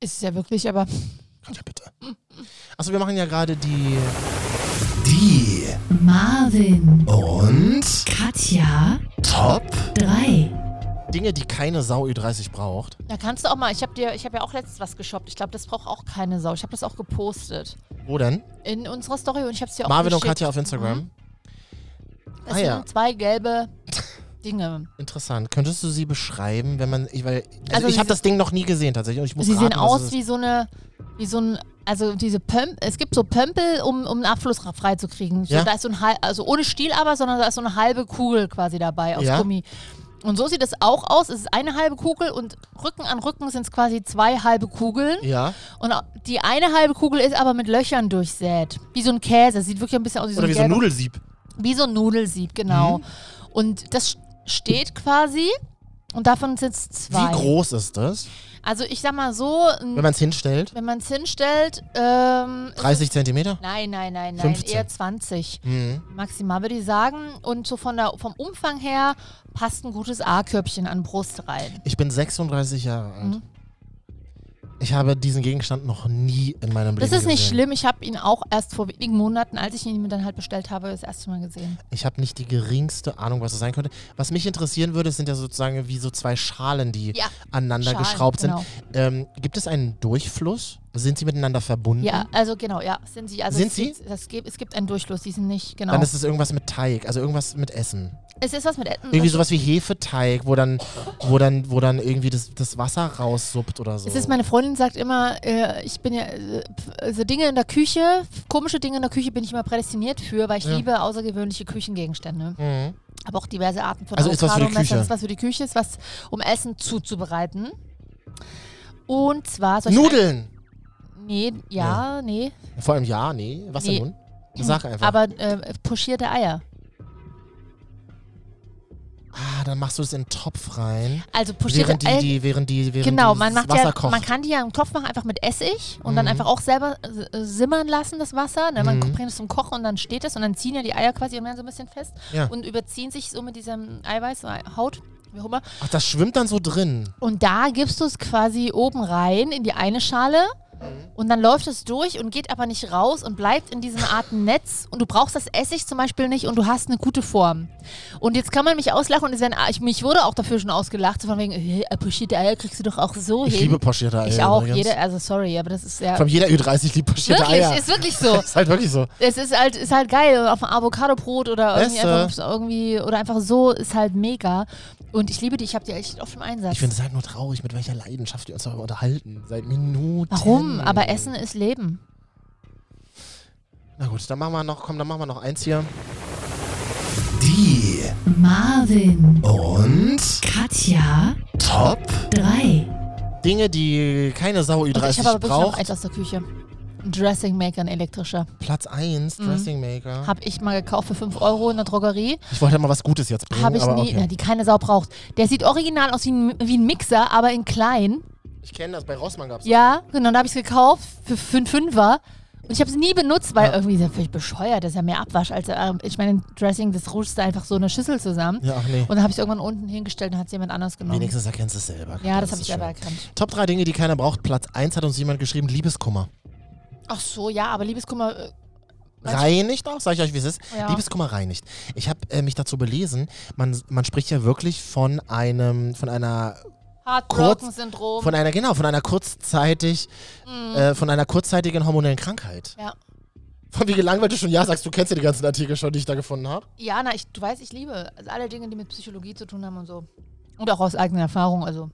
S2: ist es ja wirklich, aber
S1: Katja, bitte. Achso, wir machen ja gerade die.
S7: die
S5: Marvin,
S7: und
S5: Katja,
S7: Top
S5: 3.
S1: Dinge, die keine Sau Ü30 braucht.
S2: Da kannst du auch mal, ich habe dir, ich habe ja auch letztens was geshoppt. Ich glaube, das braucht auch keine Sau. Ich habe das auch gepostet
S1: Wo denn?
S2: in unserer Story und ich habe es dir auch
S1: Marvin und
S2: geschickt. Mhm.
S1: Katja auf Instagram.
S2: Das
S1: Ah, ja.
S2: sind zwei gelbe Dinge.
S1: Interessant. Könntest du sie beschreiben, wenn man. Ich, weil, also
S2: Also
S1: ich
S2: sie
S1: habe
S2: se-
S1: das Ding noch nie gesehen tatsächlich. Und ich muss
S2: Sie
S1: raten,
S2: sehen
S1: was es
S2: aus
S1: ist.
S2: wie so eine, wie so ein, also diese Pömpel, es gibt so Pömpel, um, um einen Abfluss freizukriegen. So,
S1: Ja.
S2: Da ist so ein, hal- also ohne Stiel aber, sondern da ist so eine halbe Kugel quasi dabei aus
S1: Ja.
S2: Gummi. Und so sieht es auch aus. Es ist eine halbe Kugel und Rücken an Rücken sind es quasi zwei halbe Kugeln.
S1: Ja.
S2: Und au- die eine halbe Kugel ist aber mit Löchern durchsät. Wie so ein Käse. Sieht wirklich ein bisschen aus wie so
S1: Oder
S2: ein
S1: wie so Mhm. ein
S2: gelber-
S1: Nudelsieb.
S2: wie so ein Nudelsieb, genau. Und das steht quasi und davon sind es zwei.
S1: Wie groß ist das,
S2: Also ich sag mal so, ein-
S1: wenn man es hinstellt?
S2: wenn man es hinstellt, ähm,
S1: 30 Zentimeter?
S2: nein, nein, nein, nein,
S1: 15.
S2: eher 20
S1: Mhm.
S2: maximal, würde ich sagen. Und so von der, vom Umfang her passt ein gutes A-Körbchen an Brust rein.
S1: Ich bin 36 Jahre alt.
S2: Mhm.
S1: Ich habe diesen Gegenstand noch nie in meinem Leben
S2: Das ist nicht
S1: gesehen.
S2: schlimm. Ich habe ihn auch erst vor wenigen Monaten, als ich ihn mir dann halt bestellt habe, das erste Mal gesehen.
S1: Ich habe nicht die geringste Ahnung, was es sein könnte. Was mich interessieren würde, es sind ja sozusagen wie so zwei Schalen, die
S2: Ja,
S1: aneinander
S2: Schalen,
S1: geschraubt sind.
S2: genau.
S1: Ähm, gibt es einen Durchfluss? Sind sie miteinander verbunden?
S2: Ja, also genau, ja, sind sie. Also
S1: Mhm. Sind
S2: es,
S1: sie?
S2: gibt- Es gibt, es gibt einen Durchfluss, die sind nicht, genau. Mhm.
S1: Dann ist es irgendwas mit Teig, also irgendwas mit Essen.
S2: es ist was mit Essen.
S1: Irgendwie sowas wie Hefeteig, wo dann, wo dann, wo dann irgendwie das, das Wasser raussuppt oder so.
S2: Es ist, meine Freundin sagt immer, äh, ich bin ja, äh, pf- also Dinge in der Küche, komische Dinge in der Küche bin ich immer prädestiniert für, weil ich
S1: Ja.
S2: liebe außergewöhnliche Küchengegenstände.
S1: mhm.
S2: Aber auch diverse Arten von
S1: Also ist was für die
S2: Avocado-Messern,
S1: Küche.
S2: ist was für die Küche, ist was, um Essen zuzubereiten. Und zwar solche-
S1: Nudeln!
S2: Nee, ja, nee.
S1: Vor allem ja, nee. Was
S2: Nee.
S1: denn nun? Sag einfach.
S2: Aber äh, pochierte Eier.
S1: ah, dann machst du es in den Topf rein.
S2: Also pochierte
S1: Während die,
S2: Eier.
S1: die, während die, während
S2: Genau,
S1: die
S2: man macht
S1: Wasser
S2: ja,
S1: kocht.
S2: man kann die ja im Topf machen, einfach mit Essig und dann
S1: Mhm.
S2: einfach auch selber äh, simmern lassen, das Wasser. Ne? Man
S1: Mhm.
S2: bringt es zum Kochen und dann steht es und dann ziehen ja die Eier quasi immer so ein bisschen fest
S1: Ja.
S2: und überziehen sich so mit diesem Eiweiß, äh, Haut, wie auch immer.
S1: Ach, das schwimmt dann so drin.
S2: Und da gibst du es quasi oben rein in die eine Schale
S1: Mhm.
S2: und dann läuft es durch und geht aber nicht raus und bleibt in diesem Art Netz und du brauchst das Essig zum Beispiel nicht und du hast eine gute Form. Und jetzt kann man mich auslachen und es werden, ich, mich wurde auch dafür schon ausgelacht, so von wegen, äh, pochierte Eier kriegst du doch auch so
S1: Ich
S2: hin.
S1: liebe poschierte Eier.
S2: Ich auch,
S1: übrigens.
S2: jede, also sorry, aber das ist ja.
S1: Von jeder Ü30 liebt poschierte
S2: Wirklich,
S1: Eier.
S2: ist wirklich so.
S1: ist halt wirklich so.
S2: es ist halt, ist halt geil. Auf ein Avocado-Brot oder irgendwie,
S1: Weißt du?
S2: einfach, so irgendwie oder einfach so ist halt mega. Und ich liebe die, ich habe die echt oft im Einsatz.
S1: Ich finde es halt nur traurig, mit welcher Leidenschaft wir uns darüber unterhalten. Seit Minuten.
S2: Warum? Aber Essen ist Leben.
S1: Na gut, dann machen wir noch, komm, dann machen wir noch eins hier.
S7: die
S5: Marvin,
S7: und
S5: Katja,
S7: Top
S5: 3.
S1: Dinge, die keine Sau
S2: Und ich habe
S1: Ü30
S2: aber wirklich noch
S1: braucht.
S2: eins aus der Küche. Ein Dressing Maker, ein elektrischer.
S1: Platz 1,
S2: Mhm.
S1: Dressing Maker.
S2: Habe ich mal gekauft für 5 Euro in der Drogerie.
S1: Ich wollte mal was Gutes jetzt bringen,
S2: Habe ich
S1: Mhm, aber
S2: nie, na,
S1: okay.
S2: die keine Sau braucht. Der sieht original aus wie ein, wie ein Mixer, aber in klein.
S1: Ich kenne das, bei Rossmann gab es
S2: Ja, genau. Da habe ich es gekauft für 5 Fünfer. Und ich habe es nie benutzt, weil
S1: Ja.
S2: irgendwie ist ja völlig bescheuert, dass er mehr Abwasch als ähm, ich meine, Dressing, das rutscht da einfach so eine Schüssel zusammen.
S1: Ja, ach nee.
S2: Und dann habe ich es irgendwann unten hingestellt und hat es jemand anders genommen.
S1: Wenigstens erkennst du es selber.
S2: ja, das
S1: ist
S2: habe ich
S1: schön.
S2: selber erkannt.
S1: Top 3 Dinge, die keiner braucht. Platz 1 hat uns jemand geschrieben, Liebeskummer.
S2: Ach so, ja, aber Liebeskummer, äh, Was?
S1: Reinigt auch, sag ich euch, wie es ist.
S2: Ja.
S1: Liebeskummer reinigt. Ich habe äh, mich dazu belesen, man, man spricht ja wirklich von einem, von einer,
S2: Heartbroken-Syndrom.
S1: von einer, genau, von einer kurzzeitig, äh, von einer kurzzeitigen hormonellen Krankheit.
S2: Mhm. Ja.
S1: Von wie gelangweilt du schon ja sagst, du kennst ja die ganzen Artikel schon, die ich da gefunden habe.
S2: Ja, na, ich, du weißt, ich liebe also alle Dinge, die mit Psychologie zu tun haben und so. Und auch aus eigener Erfahrung, also.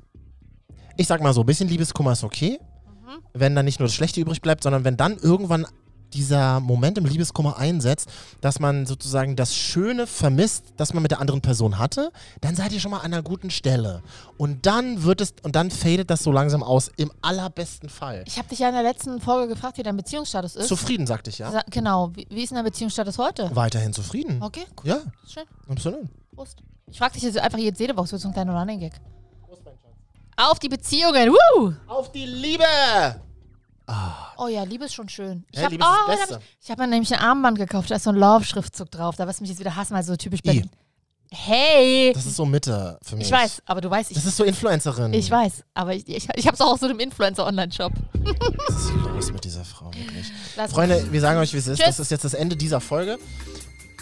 S1: Ich sag mal so, ein bisschen Liebeskummer ist okay,
S2: Mhm.
S1: wenn dann nicht nur das Schlechte übrig bleibt, sondern wenn dann irgendwann dieser Moment im Liebeskummer einsetzt, dass man sozusagen das Schöne vermisst, das man mit der anderen Person hatte, dann seid ihr schon mal an einer guten Stelle. Und dann wird es, und dann fadet das so langsam aus, im allerbesten Fall.
S2: Ich habe dich ja in der letzten Folge gefragt, wie dein Beziehungsstatus ist.
S1: Zufrieden, sagte ich ja.
S2: Sa- Genau, wie, wie ist denn dein Beziehungsstatus heute?
S1: Weiterhin zufrieden.
S2: Okay, cool,
S1: Ja,
S2: schön.
S1: absolut.
S2: Prost. Ich frage dich jetzt einfach jetzt jede Woche, so ein kleiner Running Gag. Auf die Beziehungen, woo!
S1: Auf die Liebe!
S2: Oh ja, Liebe ist schon schön. Ich
S1: Ja,
S2: habe
S1: Liebe ist das
S2: oh, da hab
S1: Beste.
S2: ich, ich hab mir nämlich ein Armband gekauft, da ist so ein Love-Schriftzug drauf. Da wirst du mich jetzt wieder hassen, weil so typisch
S1: I.
S2: Berlin. Hey!
S1: Das ist so Mitte für mich.
S2: Ich weiß, aber du weißt, ich,
S1: Das ist so Influencerin.
S2: ich weiß, aber ich, ich, ich hab's auch aus so einem Influencer-Online-Shop.
S1: Was ist los mit dieser Frau wirklich?
S2: Lass-
S1: Freunde, wir sagen euch, wie es ist.
S2: Tschüss.
S1: Das ist jetzt das Ende dieser Folge.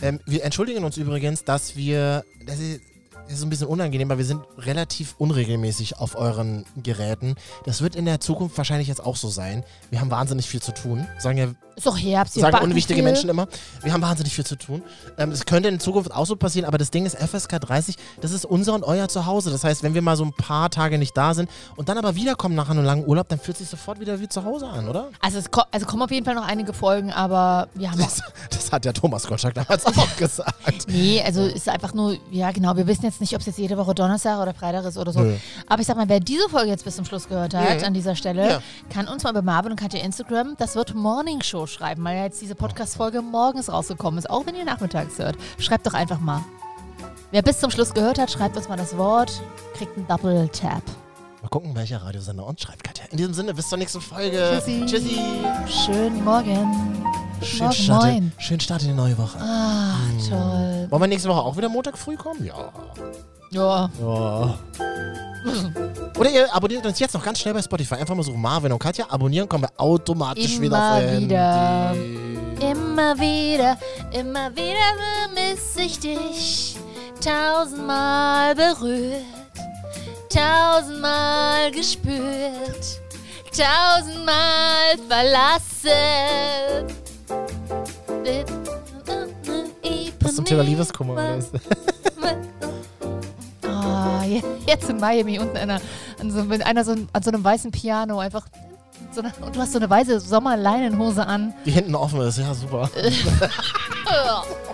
S1: Ähm, wir entschuldigen uns übrigens, dass wir. Das ist, das ist ein bisschen unangenehm, weil wir sind relativ unregelmäßig auf euren Geräten. Das wird in der Zukunft wahrscheinlich jetzt auch so sein. Wir haben wahnsinnig viel zu tun. Sagen ja
S2: Ist doch Herbst, ihr
S1: sagen
S2: backen
S1: unwichtige
S2: viel.
S1: Menschen immer. Wir haben wahnsinnig viel zu tun. Ähm, das könnte in Zukunft auch so passieren, aber das Ding ist, FSK 30, das ist unser und euer Zuhause. Das heißt, wenn wir mal so ein paar Tage nicht da sind und dann aber wiederkommen nach einem langen Urlaub, dann fühlt sich sofort wieder wie zu Hause an, oder?
S2: Also, es ko also kommen auf jeden Fall noch einige Folgen, aber wir haben auch
S1: Das, das hat ja Thomas Gottschalk damals auch gesagt.
S2: Nee, also ist einfach nur, ja genau, wir wissen jetzt nicht, ob es jetzt jede Woche Donnerstag oder Freitag ist oder so.
S1: Nö.
S2: Aber ich sag mal, wer diese Folge jetzt bis zum Schluss gehört hat, an dieser Stelle,
S1: Ja.
S2: kann uns mal bei Marvin und Katja Instagram, das wird Morning Show schreiben, weil ja jetzt diese Podcast-Folge morgens rausgekommen ist, auch wenn ihr nachmittags hört. Schreibt doch einfach mal. Wer bis zum Schluss gehört hat, schreibt uns mal das Wort, kriegt einen Double Tap.
S1: Mal gucken, welcher Radiosender uns schreibt, Katja. In diesem Sinne, bis zur nächsten Folge.
S2: Tschüssi.
S1: Tschüssi.
S2: Schönen Morgen.
S1: Schön
S2: Morgen, Ah.
S1: Start, in-
S2: moin.
S1: schön Start in die neue Woche.
S2: Ach,
S1: Mm.
S2: toll.
S1: Wollen wir nächste Woche auch wieder Montag früh kommen? Ja.
S2: Ja.
S1: Ja. Oder ihr abonniert uns jetzt noch ganz schnell bei Spotify. Einfach mal suchen Marvin und Katja. Abonnieren kommen wir automatisch wieder auf
S2: Immer
S1: euer
S2: wieder.
S1: Handy.
S2: Immer wieder, immer wieder vermisse ich dich. Tausendmal berührt, tausendmal gespürt, tausendmal verlassen.
S1: Das zum Thema Liebeskummer. oder was?
S2: Ah, je- jetzt in Miami unten einer, an so, mit einer so, an so einem weißen Piano einfach. So eine, und du hast so eine weiße Sommerleinenhose an.
S1: Die hinten offen ist. Ja, super.
S2: Ugh.